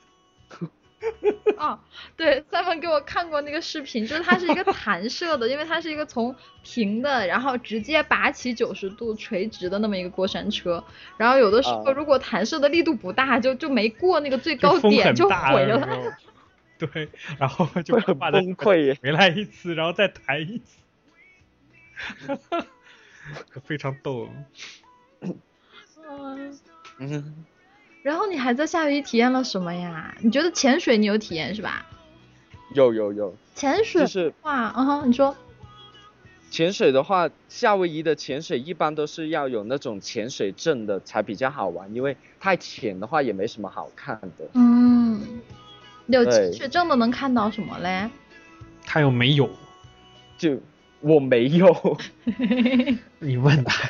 B: 啊，对，三文给我看过那个视频，就是它是一个弹射的，因为它是一个从平的，然后直接拔起九十度垂直的那么一个过山车，然后有的时候
D: 啊
B: 如果弹射的力度不大，就就没过那个最
C: 哦就
B: 高
C: 风
B: 点
C: 很
B: 就
C: 大
B: 毁
C: 的时
B: 了。
C: 候，对，然后就
D: 会很
C: 把它
D: 崩溃耶。
C: 回来一次，然后再弹一次，可 非常逗。
B: 嗯
D: 嗯，
B: 然后你还在夏威夷体验了什么呀？你觉得潜水你有体验是吧？
D: 有有有，
B: 潜水
D: 就
B: 的
D: 是
B: 话，嗯哼，你说
D: 潜水的话，夏威夷的潜水一般都是要有那种潜水证的才比较好玩，因为太浅的话也没什么好看的。
B: 嗯，有
D: 对
B: 潜水证的能看到什么嘞？
C: 他又没有，
D: 就我没有，
C: 你问他，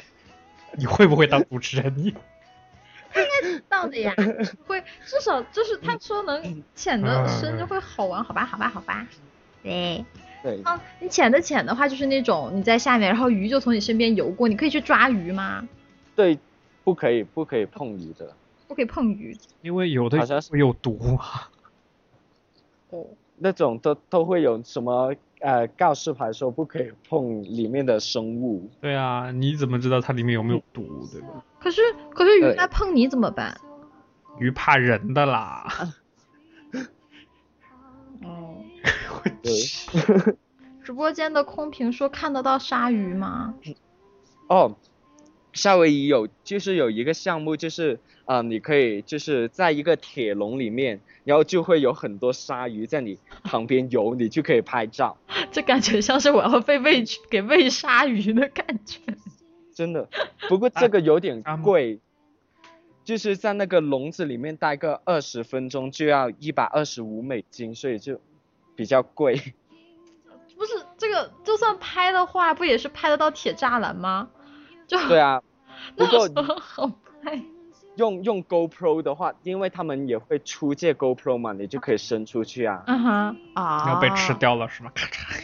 C: 你会不会当主持人？ 你
B: 到 的呀，会至少就是他说
D: 嗯
B: 能潜的深就会好玩，好吧，好吧，好吧。对，
D: 对，
B: 啊，你潜的浅的话，就是那种你在下面，然后鱼就从你身边游过，你可以去抓鱼吗？
D: 对，不可以不可以碰鱼的。
B: 不可以碰鱼
C: 因为有的
D: 好像是
C: 会有毒啊，
B: 哦。
D: 那种都都会有什么呃告示牌说不可以碰里面的生物，
C: 对啊，你怎么知道它里面有没有毒？对吧？
B: 可是可是鱼
D: 对
B: 来碰你怎么办？
C: 鱼怕人的啦，
B: 哦，
D: 对，
B: 直播间的空瓶说看得到鲨鱼吗？
D: 哦，夏威夷有就是有一个项目，就是啊、呃你可以就是在一个铁笼里面，然后就会有很多鲨鱼在你旁边游，你就可以拍照，
B: 这感觉像是我要被喂去给喂鲨鱼的感觉。
D: 真的。不过这个有点
C: 啊沙漠
D: 贵，就是在那个笼子里面待个二十分钟就要一百二十五美金，所以就比较贵。
B: 不是这个，就算拍的话，不也是拍得到铁栅栏吗？就
D: 对啊，
B: 那
D: 不
B: 有
D: 过
B: 什么好 拍？
D: 用用 GoPro 的话，因为他们也会出借 GoPro 嘛，你就可以伸出去啊。
B: 嗯哼，啊，
C: 要被吃。掉了是吧？咔嚓，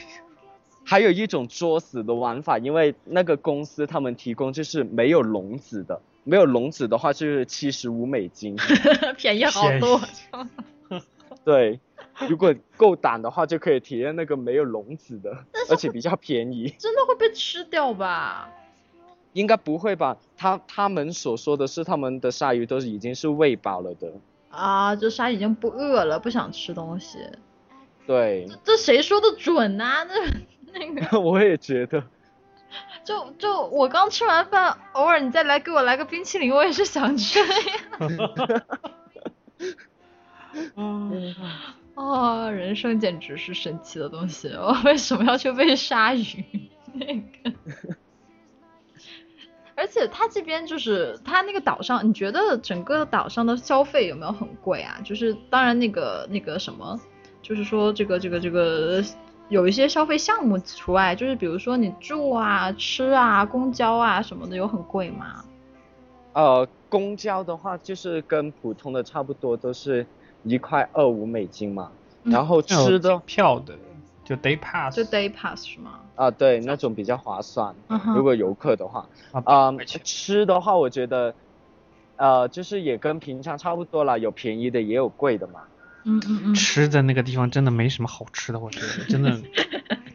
D: 还有一种作死的玩法，因为那个公司他们提供就是没有笼子的，没有笼子的话就是七十五美金。
B: 便宜好多。
D: 对，如果够胆的话，就可以体验那个没有笼子的，而且比较便宜。
B: 真的会被吃掉吧？
D: 应该不会吧？他他们所说的是他们的鲨鱼都已经是喂饱了的。
B: 啊，这鲨已经不饿了，不想吃东西。
D: 对，
B: 这这谁说的准呐、那 那个，
D: 我也觉得。
B: 就就我刚吃完饭，偶尔你再来给我来个冰淇淋，我也是想吃的呀。
C: 嗯
B: 哦，人生简直是神奇的东西，我 为什么要去喂鲨鱼？ 那个，而且它这边就是它那个岛上，你觉得整个岛上的消费有没有很贵啊？就是当然那个那个什么，就是说这个这个这个有一些消费项目除外，就是比如说你住啊、吃啊、公交啊什么的，有很贵吗？
D: 呃，公交的话就是跟普通的差不多，都是一块二五美金嘛。
B: 嗯
D: 然后吃的啊、
C: 票的就 day pass，
B: 就 day pass 是吗？
D: 对，那种比较划算。
B: 嗯哼
D: 如果游客的话，啊、
C: 啊，
D: 吃的话我觉得，呃，就是也跟平常差不多啦，有便宜的也有贵的嘛。
B: 嗯嗯嗯。
C: 吃的那个地方 真的没什么好吃的，我觉得真的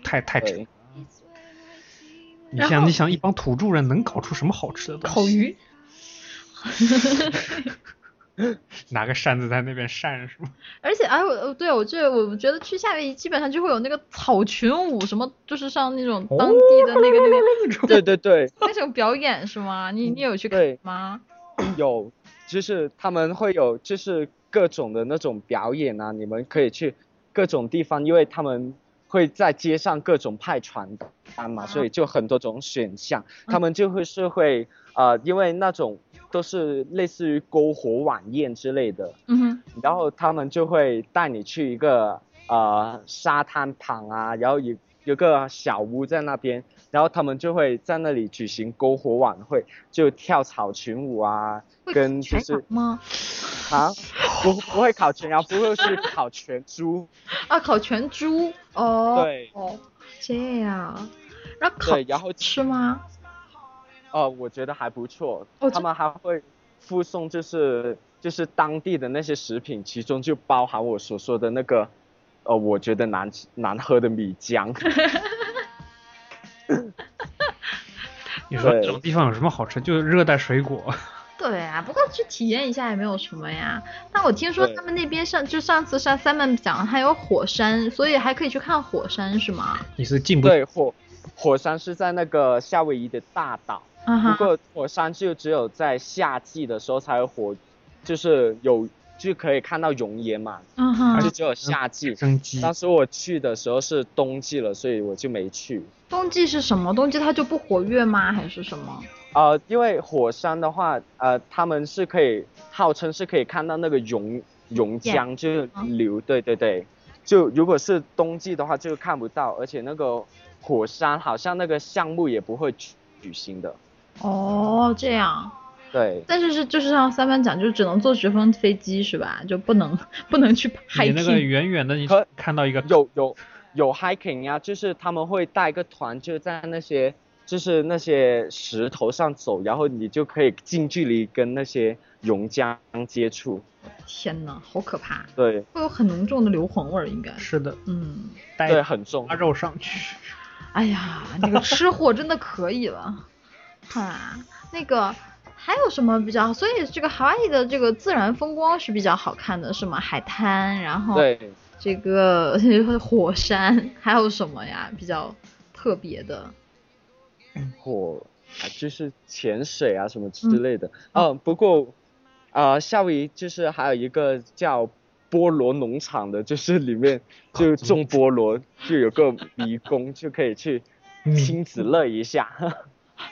C: 太太扯
D: 对，
C: 你
B: 然
C: 想，
B: 后
C: 你想一帮土著人能搞出什么好吃的东西？
B: 烤，鱼，
C: 拿个扇子在那边扇是吗？
B: 而且哎，我呃对我这我觉得去夏威夷基本上就会有那个草裙舞，什么就是像那种当地的那个、那
D: 哦
B: 个
D: 对对对，
B: 那种表演是吗？你你有去看
D: 对
B: 吗？
D: 有，就是他们会有就是各种的那种表演啊，你们可以去各种地方，因为他们会在街上各种派传单
B: 嗯
D: 嘛，所以就很多种选项，他们就会是会呃，因为那种都是类似于篝火晚宴之类的，
B: 嗯哼，
D: 然后他们就会带你去一个呃沙滩旁啊，然后有有个小屋在那边，然后他们就会在那里举行篝火晚会，就跳草裙舞啊，
B: 会
D: 跟就
B: 全
D: 是
B: 吗？
D: 啊，不不会烤全羊，啊不会是烤全猪，
B: 啊，烤全猪哦，
D: 对
B: 哦，这样，然后烤
D: 对，然后
B: 吃吗？
D: 呃，我觉得还不错
B: 哦，
D: 他
B: 这
D: 们还会附送就是就是当地的那些食品，其中就包含我所说的那个，呃，我觉得难吃难喝的米浆。
C: 你说
D: 对
C: 这种地方有什么好吃？就是热带水果，
B: 对啊，不过去体验一下也没有什么呀。但我听说
D: 对
B: 他们那边上，就上次上 Simon 讲还有火山，所以还可以去看火山是吗？
C: 你是进不
D: 对，火火山是在那个夏威夷的大岛，
B: 啊
D: 不
B: 哈，
D: 过火山就只有在夏季的时候才有火，就是有就可以看到熔岩嘛，
B: 啊哈
D: 就，只有夏季。
C: 生机。
D: 当时我去的时候是冬季了，所以我就没去。
B: 冬季是什么？冬季它就不活跃吗？还是什么？
D: 呃，因为火山的话，呃，他们是可以号称是可以看到那个熔熔浆
B: 啊
D: 就是流，对对对，就如果是冬季的话就看不到，而且那个火山好像那个项目也不会举举行的，
B: 哦，这样。
D: 对。
B: 但是是就是像 Simon 讲，就只能坐直升飞机是吧？就不能不能去
C: 你那个
B: hiking。
C: 远远的，你
D: 可
C: 看到一个
D: 有有有 hiking 啊，就是他们会带一个团，就在那些就是那些石头上走，然后你就可以近距离跟那些熔浆接触。
B: 天呐，好可怕！
D: 对
B: 会有很浓重的硫磺味儿，应该。
C: 是的，
B: 嗯，
C: 带
D: 对，很重
C: 腊。肉上 去，
B: 哎 呀，那个吃货真的可以了，啊，那个还有什么比较？所以这个 Hawaii 的这个自然风光是比较好看的，是吗？海滩，然后
D: 对，
B: 这个 火山，还有什么呀？比较特别的？
D: 火啊就是潜水啊什么之类的。嗯，不过啊，夏威夷就是还有一个叫。菠萝农场的，就是 里面就种菠萝，就有个迷宫，就可以去
C: 嗯
D: 亲子乐一下。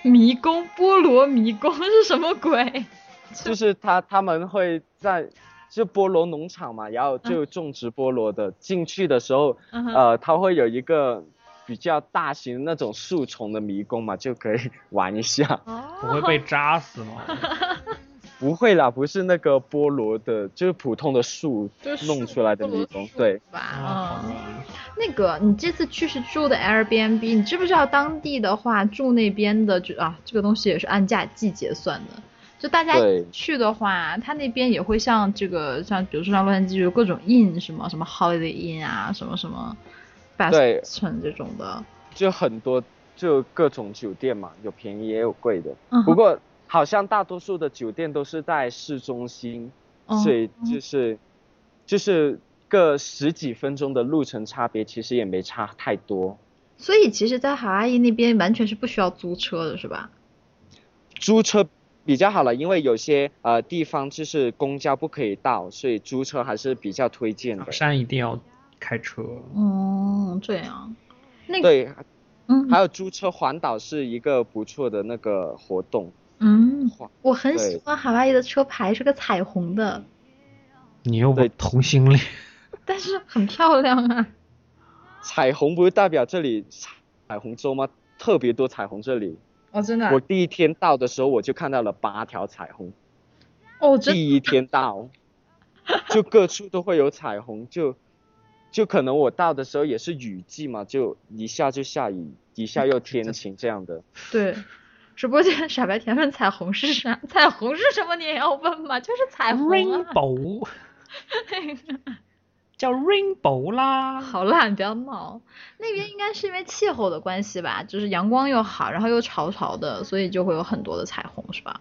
B: 迷宫，菠萝迷宫 是什么鬼？
D: 就是他他们会在就菠萝农场嘛，然后就种植菠萝的。进去的时候，
B: 嗯哼
D: 呃，它会有一个比较大型那种树丛的迷宫嘛，就可以玩一下。
C: 不会
B: 哦，
C: 被扎死 吗？
D: 不会啦，不是那个菠萝的，就是普通的树
B: 就是
D: 弄出来的迷宫。对，
B: 吧
C: 啊，
B: 嗯。那个，你这次去是住的 Airbnb，你知不知道当地的话住那边的就啊，这个东西也是按价季结算的。就大家
D: 对
B: 去的话，他那边也会像这个，像比如说像洛杉矶有各种 inn 什么什么 Holiday Inn 啊，什么什么 b a s
D: 对
B: t o n 这种的。
D: 就很多就各种酒店嘛，有便宜也有贵的。
B: 嗯哼
D: 不过好像大多数的酒店都是在市中心，
B: 哦
D: 所以就是就是个十几分钟的路程差别，其实也没差太多。
B: 所以其实，在海阿伊那边完全是不需要租车的，是吧？
D: 租车比较好了，因为有些呃地方就是公交不可以到，所以租车还是比较推荐的
C: 上。山一定要开车。
B: 嗯，这样。那个，
D: 对，
B: 哎嗯
D: 还有租车环岛是一个不错的那个活动。
B: 嗯，
D: 环
B: 我很
D: 对
B: 喜欢海阿伊的车牌是个彩虹的。
C: 你又不
D: 对
C: 同性 恋，
B: 但是很漂亮啊。
D: 彩虹不是代表这里彩虹州吗？特别多彩虹这里。
B: 哦，真的
D: 我第一天到的时候，我就看到了八条彩虹。
B: 哦，真
D: 第一天到，就各处都会有彩虹，就就可能我到的时候也是雨季嘛，就一下就下雨，一下又天晴这样的。
B: 对。直播间傻白甜问彩虹是啥？ 彩哎 虹是什么？你也要问吗？就是彩虹、啊。
C: rainbow，叫 Rainbow 啦。
B: 好烂，不要闹。那边应该是因为气候的关系吧，就是阳光又好，然后又潮潮的，所以就会有很多的彩虹，是吧？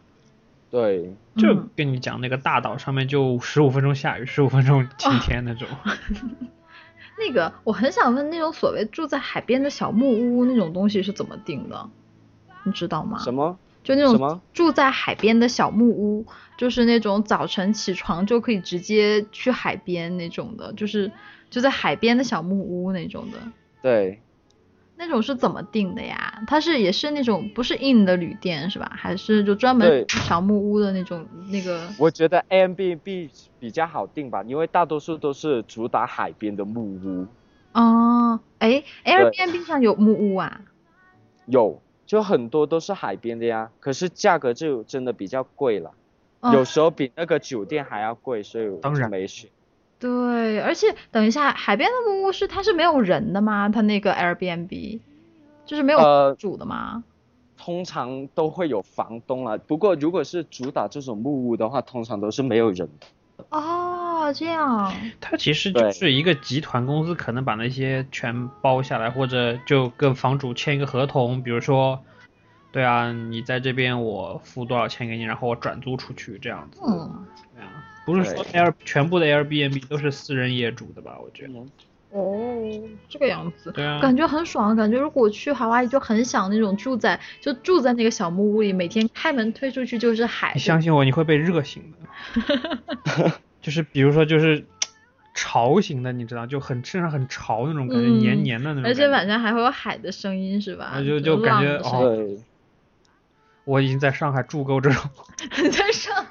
D: 对，
C: 就
B: 嗯
C: 跟你讲那个大岛上面就十五分钟下雨，十五分钟晴天 那种。
B: 那个，我很想问，那种所谓住在海边的小木屋那种东西是怎么定的？你知道吗？
D: 什么？
B: 就那
D: 什
B: 种
D: 么
B: 住在海边的小木屋，就是那种早晨起床就可以直接去海边那种的，就是就在海边的小木屋那种的。
D: 对，
B: 那种是怎么定的呀？它是也是那种不是 in 的旅店是吧？还是就专门
D: 对
B: 小木屋的那种那个？
D: 我觉得 a m b b 比较好定吧，因为大多数都是主打海边的木屋，
B: 哦，哎，Airbnb 上有木屋啊？
D: 有就很多都是海边的呀，可是价格就真的比较贵了，
B: 哦
D: 有时候比那个酒店还要贵，所以我
C: 当
D: 就
C: 然
D: 没选。
B: 对，而且等一下，海边的木屋是它是没有人的吗？它那个 Airbnb 就是没有
D: 呃
B: 主的吗？
D: 通常都会有房东啊，不过如果是主打这种木屋的话，通常都是没有人的。
B: 哦，这样，
C: 它其实就
D: 对
C: 是一个集团公司，可能把那些全包下来，或者就跟房主签一个合同，比如说，对啊，你在这边我付多少钱给你，然后我转租出去这样子。
B: 嗯，
C: 对啊，不是说
D: 对
C: Air 全部的 Airbnb 都是私人业主的吧？我觉得。
B: 嗯哦，这个样子。
C: 对啊，
B: 感觉很爽，感觉如果去海外就很想那种住在就住在那个小木屋里，每天开门推出去就是海
C: 你，相信我，你会被热醒的。 就是比如说，就是潮型的，你知道，就很身上很潮那种感觉，
B: 嗯
C: 黏黏的那种感觉。
B: 而且晚上还会有海的声音是吧
C: 啊？就
B: 就
C: 就感觉
B: 浪的声音
C: 哦
D: 对，
C: 我已经在上海住够这种
B: 在上，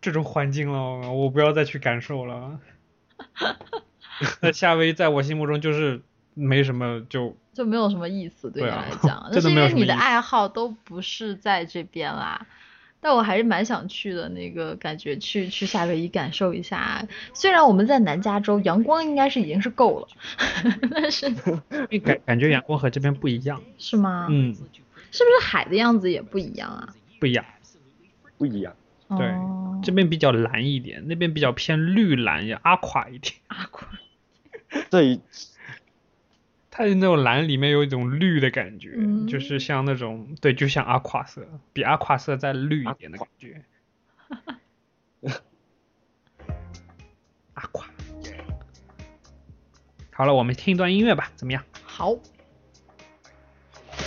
C: 这种环境了，我不要再去感受 了。那夏威夷在我心目中就是没什么就
B: 就没有什么意思对你
C: 对啊
B: 来讲，那
C: 真的
B: 是因
C: 没有
B: 为
C: 什么
B: 你的
C: 意思
B: 爱好都不是在这边啦。但我还是蛮想去的，那个感觉去去夏威夷感受一下。虽然我们在南加州，阳光应该是已经是够了， 但
C: 嗯
B: 是嗯
C: 感感觉阳光和这边不一样，
B: 是吗？
C: 嗯，
B: 是不是海的样子也不一样啊？
C: 不一样。
D: 不一样。
C: 对
B: 哦
C: 这边比较蓝一点，那边比较偏绿蓝也阿垮一点。
B: 阿坤
D: 对，
C: 它的那种蓝里面有一种绿的感觉，就是
B: 嗯
C: 像那种对，就像阿垮色，比阿垮色再绿一点的感觉。阿垮。好了，我们听一段音乐吧，怎么样？
B: 好。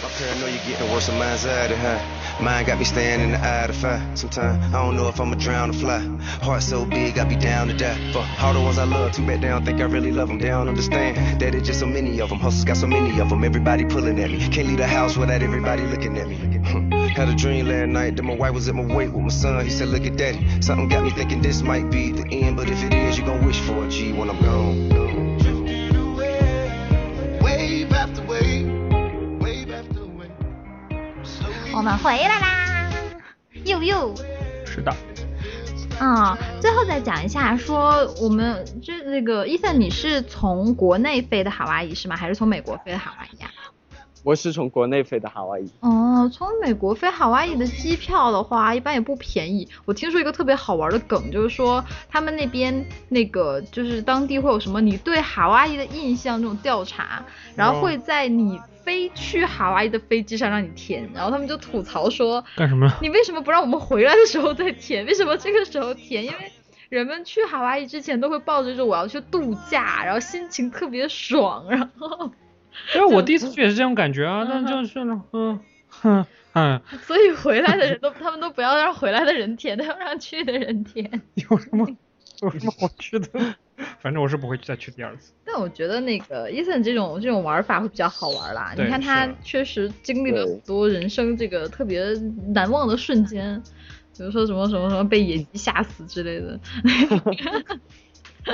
A: My paranoia getting worse on my side of high. uh-huh. Mine got me staring in the eye to fire. Sometimes I don't know if I'ma drown or fly. Heart so big, I be down to die. For all the ones I love, too bad they don't think I really love them. They don't understand that it's just so many of them. Hustles got so many of them. Everybody pulling at me. Can't leave the house without everybody looking at me. Had a dream last night that my wife was at my wake with my son. He said, Look at daddy. Something got me thinking this might be the end. But if it is, you gon' wish for it, G, when I'm gone. Drifting away, wave after wave. Wave after wave.
B: 我们回来啦，又又
C: 是的，
B: 啊、最后再讲一下，说我们这那个伊森，你是从国内飞的海哇伊是吗？还是从美国飞的海哇伊呀？
D: 我是从国内飞的夏威夷。
B: 哦，从美国飞海哇伊的机票的话，一般也不便宜。我听说一个特别好玩的梗，就是说他们那边那个就是当地会有什么你对海哇伊的印象这种调查，然后哦会在你飞去海哇伊的飞机上让你填，然后他们就吐槽说，
C: 干什么？
B: 你为什么不让我们回来的时候再填？ 为什么这个时候填？因为人们去海哇伊之前都会抱着说我要去度假，然后心情特别爽，然后
C: 因为我第一次去也是这种感觉啊，但就是那种嗯哼嗯，
B: 所以回来的人都他们都不要让回来的人填，都要让去的人填。
C: 有什么有什么好吃的？ 反正我是不会再去第二次。
B: 但我觉得那个 Ethan 这种这种玩法会比较好玩啦。
C: 对
B: 你看他
C: 是
B: 确实经历了
D: 对
B: 很多人生这个特别难忘的瞬间，比如说什么什么什么被野鸡吓死之类的。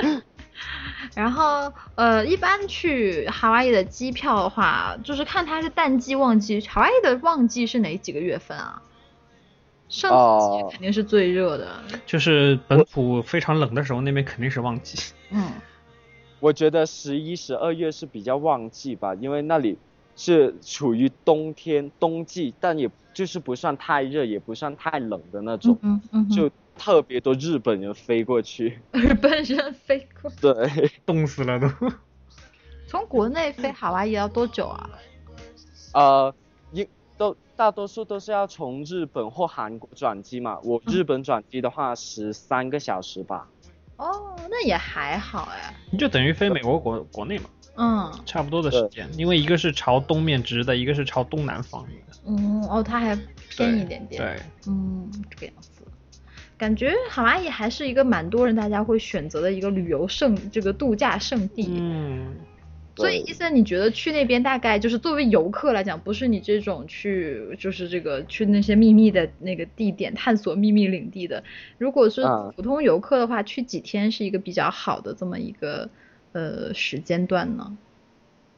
B: 然后，呃，一般去夏威夷的机票的话，就是看它是淡季旺季。夏威夷的旺季是哪几个月份啊？圣诞节
D: 哦
B: 肯定是最热的。
C: 就是本土非常冷的时候，那边肯定是旺季。
B: 嗯，
D: 我觉得十一、十二月是比较旺季吧，因为那里是处于冬天、冬季，但也就是不算太热，也不算太冷的那种，
B: 嗯嗯，
D: 就特别多日本人飞过去。
B: 日本人飞过，
D: 对，
C: 冻死了都。
B: 从国内飞海外也要多久啊？
D: 呃，一都大多数都是要从日本或韩国转机嘛。
B: 嗯
D: 我日本转机的话，十三个小时吧。
B: 哦，那也还好哎。
C: 你就等于飞美国国国内嘛，
B: 嗯
C: 差不多的时间，因为一个是朝东面直的，一个是朝东南方的。
B: 嗯，哦，它还偏一点点。
C: 对，
B: 嗯，这个样子，感觉好阿姨还是一个蛮多人大家会选择的一个旅游胜这个度假胜地。
C: 嗯，
B: 所以，
D: 对
B: 伊森，你觉得去那边大概就是作为游客来讲，不是你这种去就是这个去那些秘密的那个地点探索秘密领地的，如果是
D: 啊
B: 普通游客的话，去几天是一个比较好的这么一个呃时间段呢？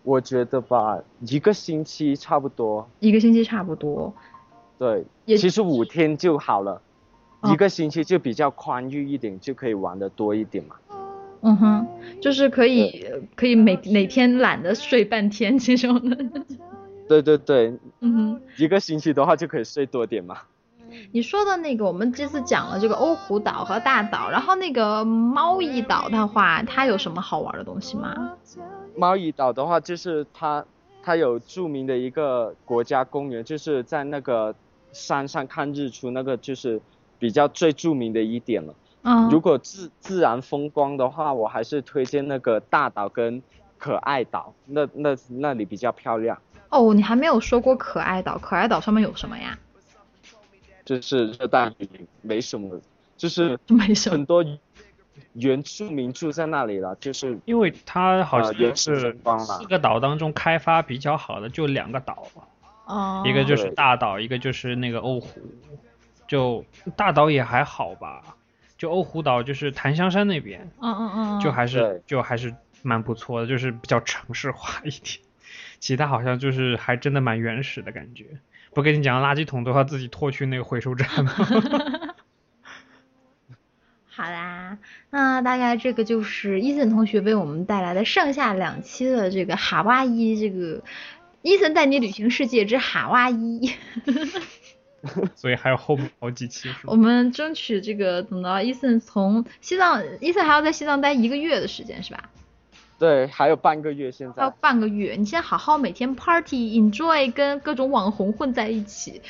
D: 我觉得吧，一个星期差不多。
B: 一个星期差不多。
D: 对，
B: 也
D: 其实五天就好了，
B: 哦
D: 一个星期就比较宽裕一点，就可以玩的多一点嘛。
B: 嗯哼，就是可以可以每哪天懒得睡半天这种的。
D: 对对对，
B: 嗯 哼，
D: 一个星期的话就可以睡多点嘛。
B: 你说的那个，我们这次讲了这个欧胡岛和大岛，然后那个猫一岛的话，它有什么好玩的东西吗？
D: 猫屿岛的话，就是它它有著名的一个国家公园，就是在那个山上看日出，那个就是比较最著名的一点了。
B: 嗯，
D: 如果自自然风光的话，我还是推荐那个大岛跟可爱岛，那那那里比较漂亮。
B: 哦，你还没有说过可爱岛，可爱岛上面有什么呀？
D: 就是热带雨林，没什么，就是
B: 没什么
D: 很多原住民住在那里了，就是
C: 因为它好
D: 呃原
C: 像
D: 始
C: 是
D: 风光啦
C: 四个岛当中开发比较好的就两个岛，
B: 哦，
C: 一个就是
D: 对
C: 大岛，一个就是那个欧湖。就大岛也还好吧，就欧湖岛就是檀香山那边，
B: 嗯嗯嗯，
C: 就还是
D: 对
C: 就还是蛮不错的，就是比较城市化一点。 其他好像就是还真的蛮原始的感觉。不跟你讲，垃圾桶都要自己拖去那个回收站了。
B: 好啦，那大概这个就是伊森同学为我们带来的上下两期的这个哈哇伊这个。伊森带你旅行世界之哈哇伊，
C: 所以还有后面好几期是吧
B: 我？们争取这个等到伊森从西藏，伊森还要在西藏待一个月的时间是吧？
D: 对，还有半个月现
B: 还有
D: 在。
B: 半个月，你先好好每天 party enjoy，跟各种网红混在一起。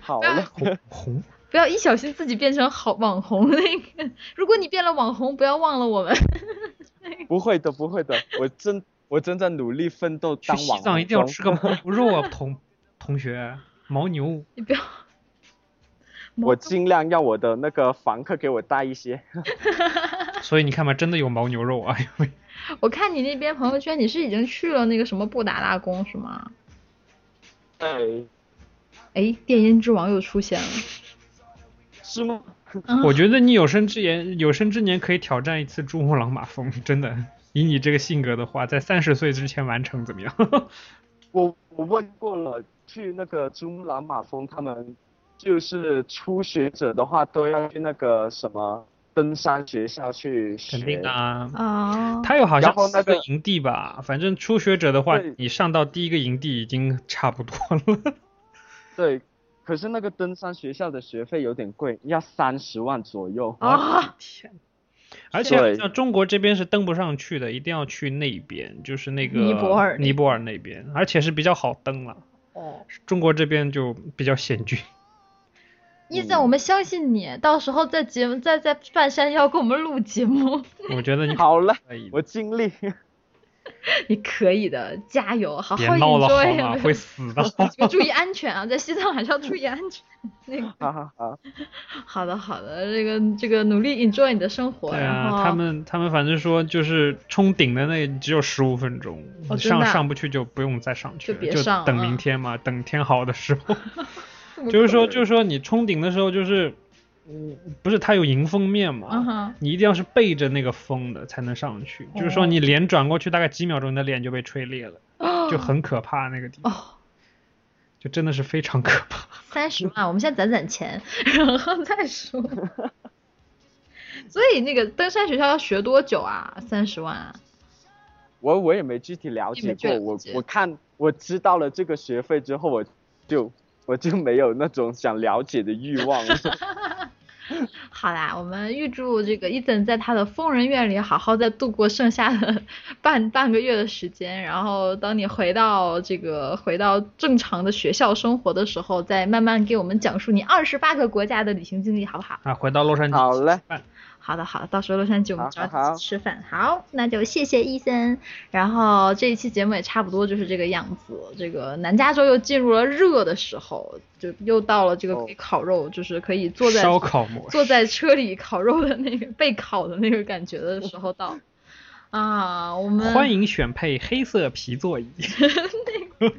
D: 好了，
C: 红红
B: 不要一小心自己变成好网红 那个。如果你变了网红，不要忘了我们。
D: 不会的，不会的，我正我正在努力奋斗
C: 去
D: 当
C: 西
D: 网
C: 藏
D: 红
C: 一定要
D: 中
C: 吃个牦 牛肉啊，同同学，牦牛
B: 你不要。
D: 我尽量要我的那个房客给我带一 些。
C: 所以你看嘛，真的有牦牛肉啊，因为
B: 我看你那边朋友圈，你是已经去了那个什么布达拉宫是吗？
D: 对，
B: 哎，电音之王又出现了。
D: 是吗？
B: 嗯
C: 我觉得你有生之年，有生之年可以挑战一次珠穆朗玛峰，真的。以你这个性格的话，在三十岁之前完成怎么样？
D: 我我问过了，去那个珠穆朗玛峰，他们就是初学者的话，都要去那个什么登山学校去学。
C: 肯定啊。
B: 啊，
C: 它有好
D: 然
C: 像
D: 后那
C: 四个
D: 个
C: 营地吧，反正初学者的话
D: 对，
C: 你上到第一个营地已经差不多了。
D: 对，可是那个登山学校的学费有点贵，要三十万左右。
B: 啊，
C: 天，而且好
D: 对
C: 像中国这边是登不上去的，一定要去那边，就是那个
B: 尼泊尔那
C: 尼泊尔那边，而且是比较好登了。
B: 哦，
C: 中国这边就比较险峻。
B: 伊森，我们相信你，到时候在节目在在半山腰给我们录节目，
C: 我觉得你
D: 好 了，
C: 可以的，
D: 我尽力。
B: 你可以的，加油，好好
C: 别闹了好
B: enjoy，
C: 吗？ 会死的。
B: 就注意安全啊，在西藏还是要注意安全。那个
D: 哈哈哈。
B: 好的，好的，这个这个努力 enjoy 你的生活，
C: 对
B: 然后
C: 啊，他们他们反正说就是冲顶的那只有十五分钟，
B: 哦真
C: 上
B: 的啊
C: 上不去就不用再上去
B: 就
C: 了，
B: 别上了
C: 等
B: 啊
C: 明天嘛，等天好的时 候。
B: 这么
C: 就是说，
D: 可怜
C: 就是说你冲顶的时候，就是，嗯，不是它有迎风面嘛，
B: 嗯哼，
C: 你一定要是背着那个风的才能上去。就是说
B: 哦
C: 你脸转过去，大概几秒钟，你的脸就被吹裂了，就很可怕那个地方，
B: 哦，
C: 就真的是非常可怕。
B: 三十万，我们先攒攒钱，然后 再说。所以那个登山学校要学多久啊？三十万啊？
D: 我我也没具体了
B: 你没
D: 解
B: 具体
D: 过，
B: 了
D: 我
B: 解
D: 我看我知道了这个学费之后，我就我就没有那种想了解的欲望了。
B: 好啦，我们预祝这个伊森在他的疯人院里好好再度过剩下的半半个月的时间，然后当你回到这个回到正常的学校生活的时候，再慢慢给我们讲述你二十八个国家的旅行经历，好不好？
C: 啊，回到洛杉矶。
D: 好嘞，
B: 好的，好的，到时候洛杉矶我们
D: 好
B: 找
D: 好
B: 你吃饭。好，那就谢谢伊森。然后这一期节目也差不多就是这个样子。这个南加州又进入了热的时候，就又到了这
D: 哦
B: 个可以烤肉，就是可以坐在
C: 烧烤模式
B: 坐在车里烤肉的那个被烤的那个感觉的时候 到。啊，我们
C: 欢迎选配黑色皮座椅。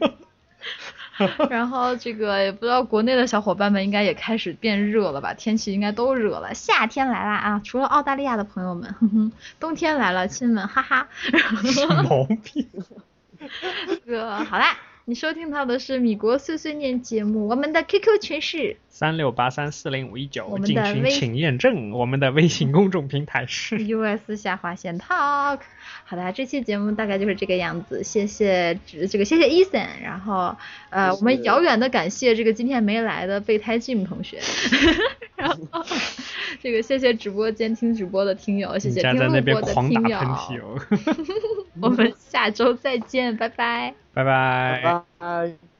B: 然后这个也不知道国内的小伙伴们应该也开始变热了吧？天气应该都热了，夏天来啦啊！除了澳大利亚的朋友们， 哼哼，冬天来了，亲们，哈哈。
C: 毛病。
B: 这个好啦，你收听到的是米国碎碎念节目，我们的 QQ 群是
C: 三六八三四零五一
B: 我
C: 九，
B: 们
C: 进
B: 的
C: 群
B: 微
C: 请验证。我们的微信公众平台是
B: US 下划线 Talk。好的，这期节目大概就是这个样子，谢谢这这个谢谢 Eason，然后呃，
D: 谢谢
B: 我们遥远的感谢这个今天没来的备胎 Jim 同学， 然后这个谢谢直播间听直播的听友，谢
C: 你
B: 谢
C: 家
B: 听
C: 在
B: 录
C: 那边
B: 播的
C: 狂打
B: 听
C: 喷
B: 友，
C: 嚏哦，
B: 我们下周再见，拜拜。
C: 拜拜
D: 拜拜。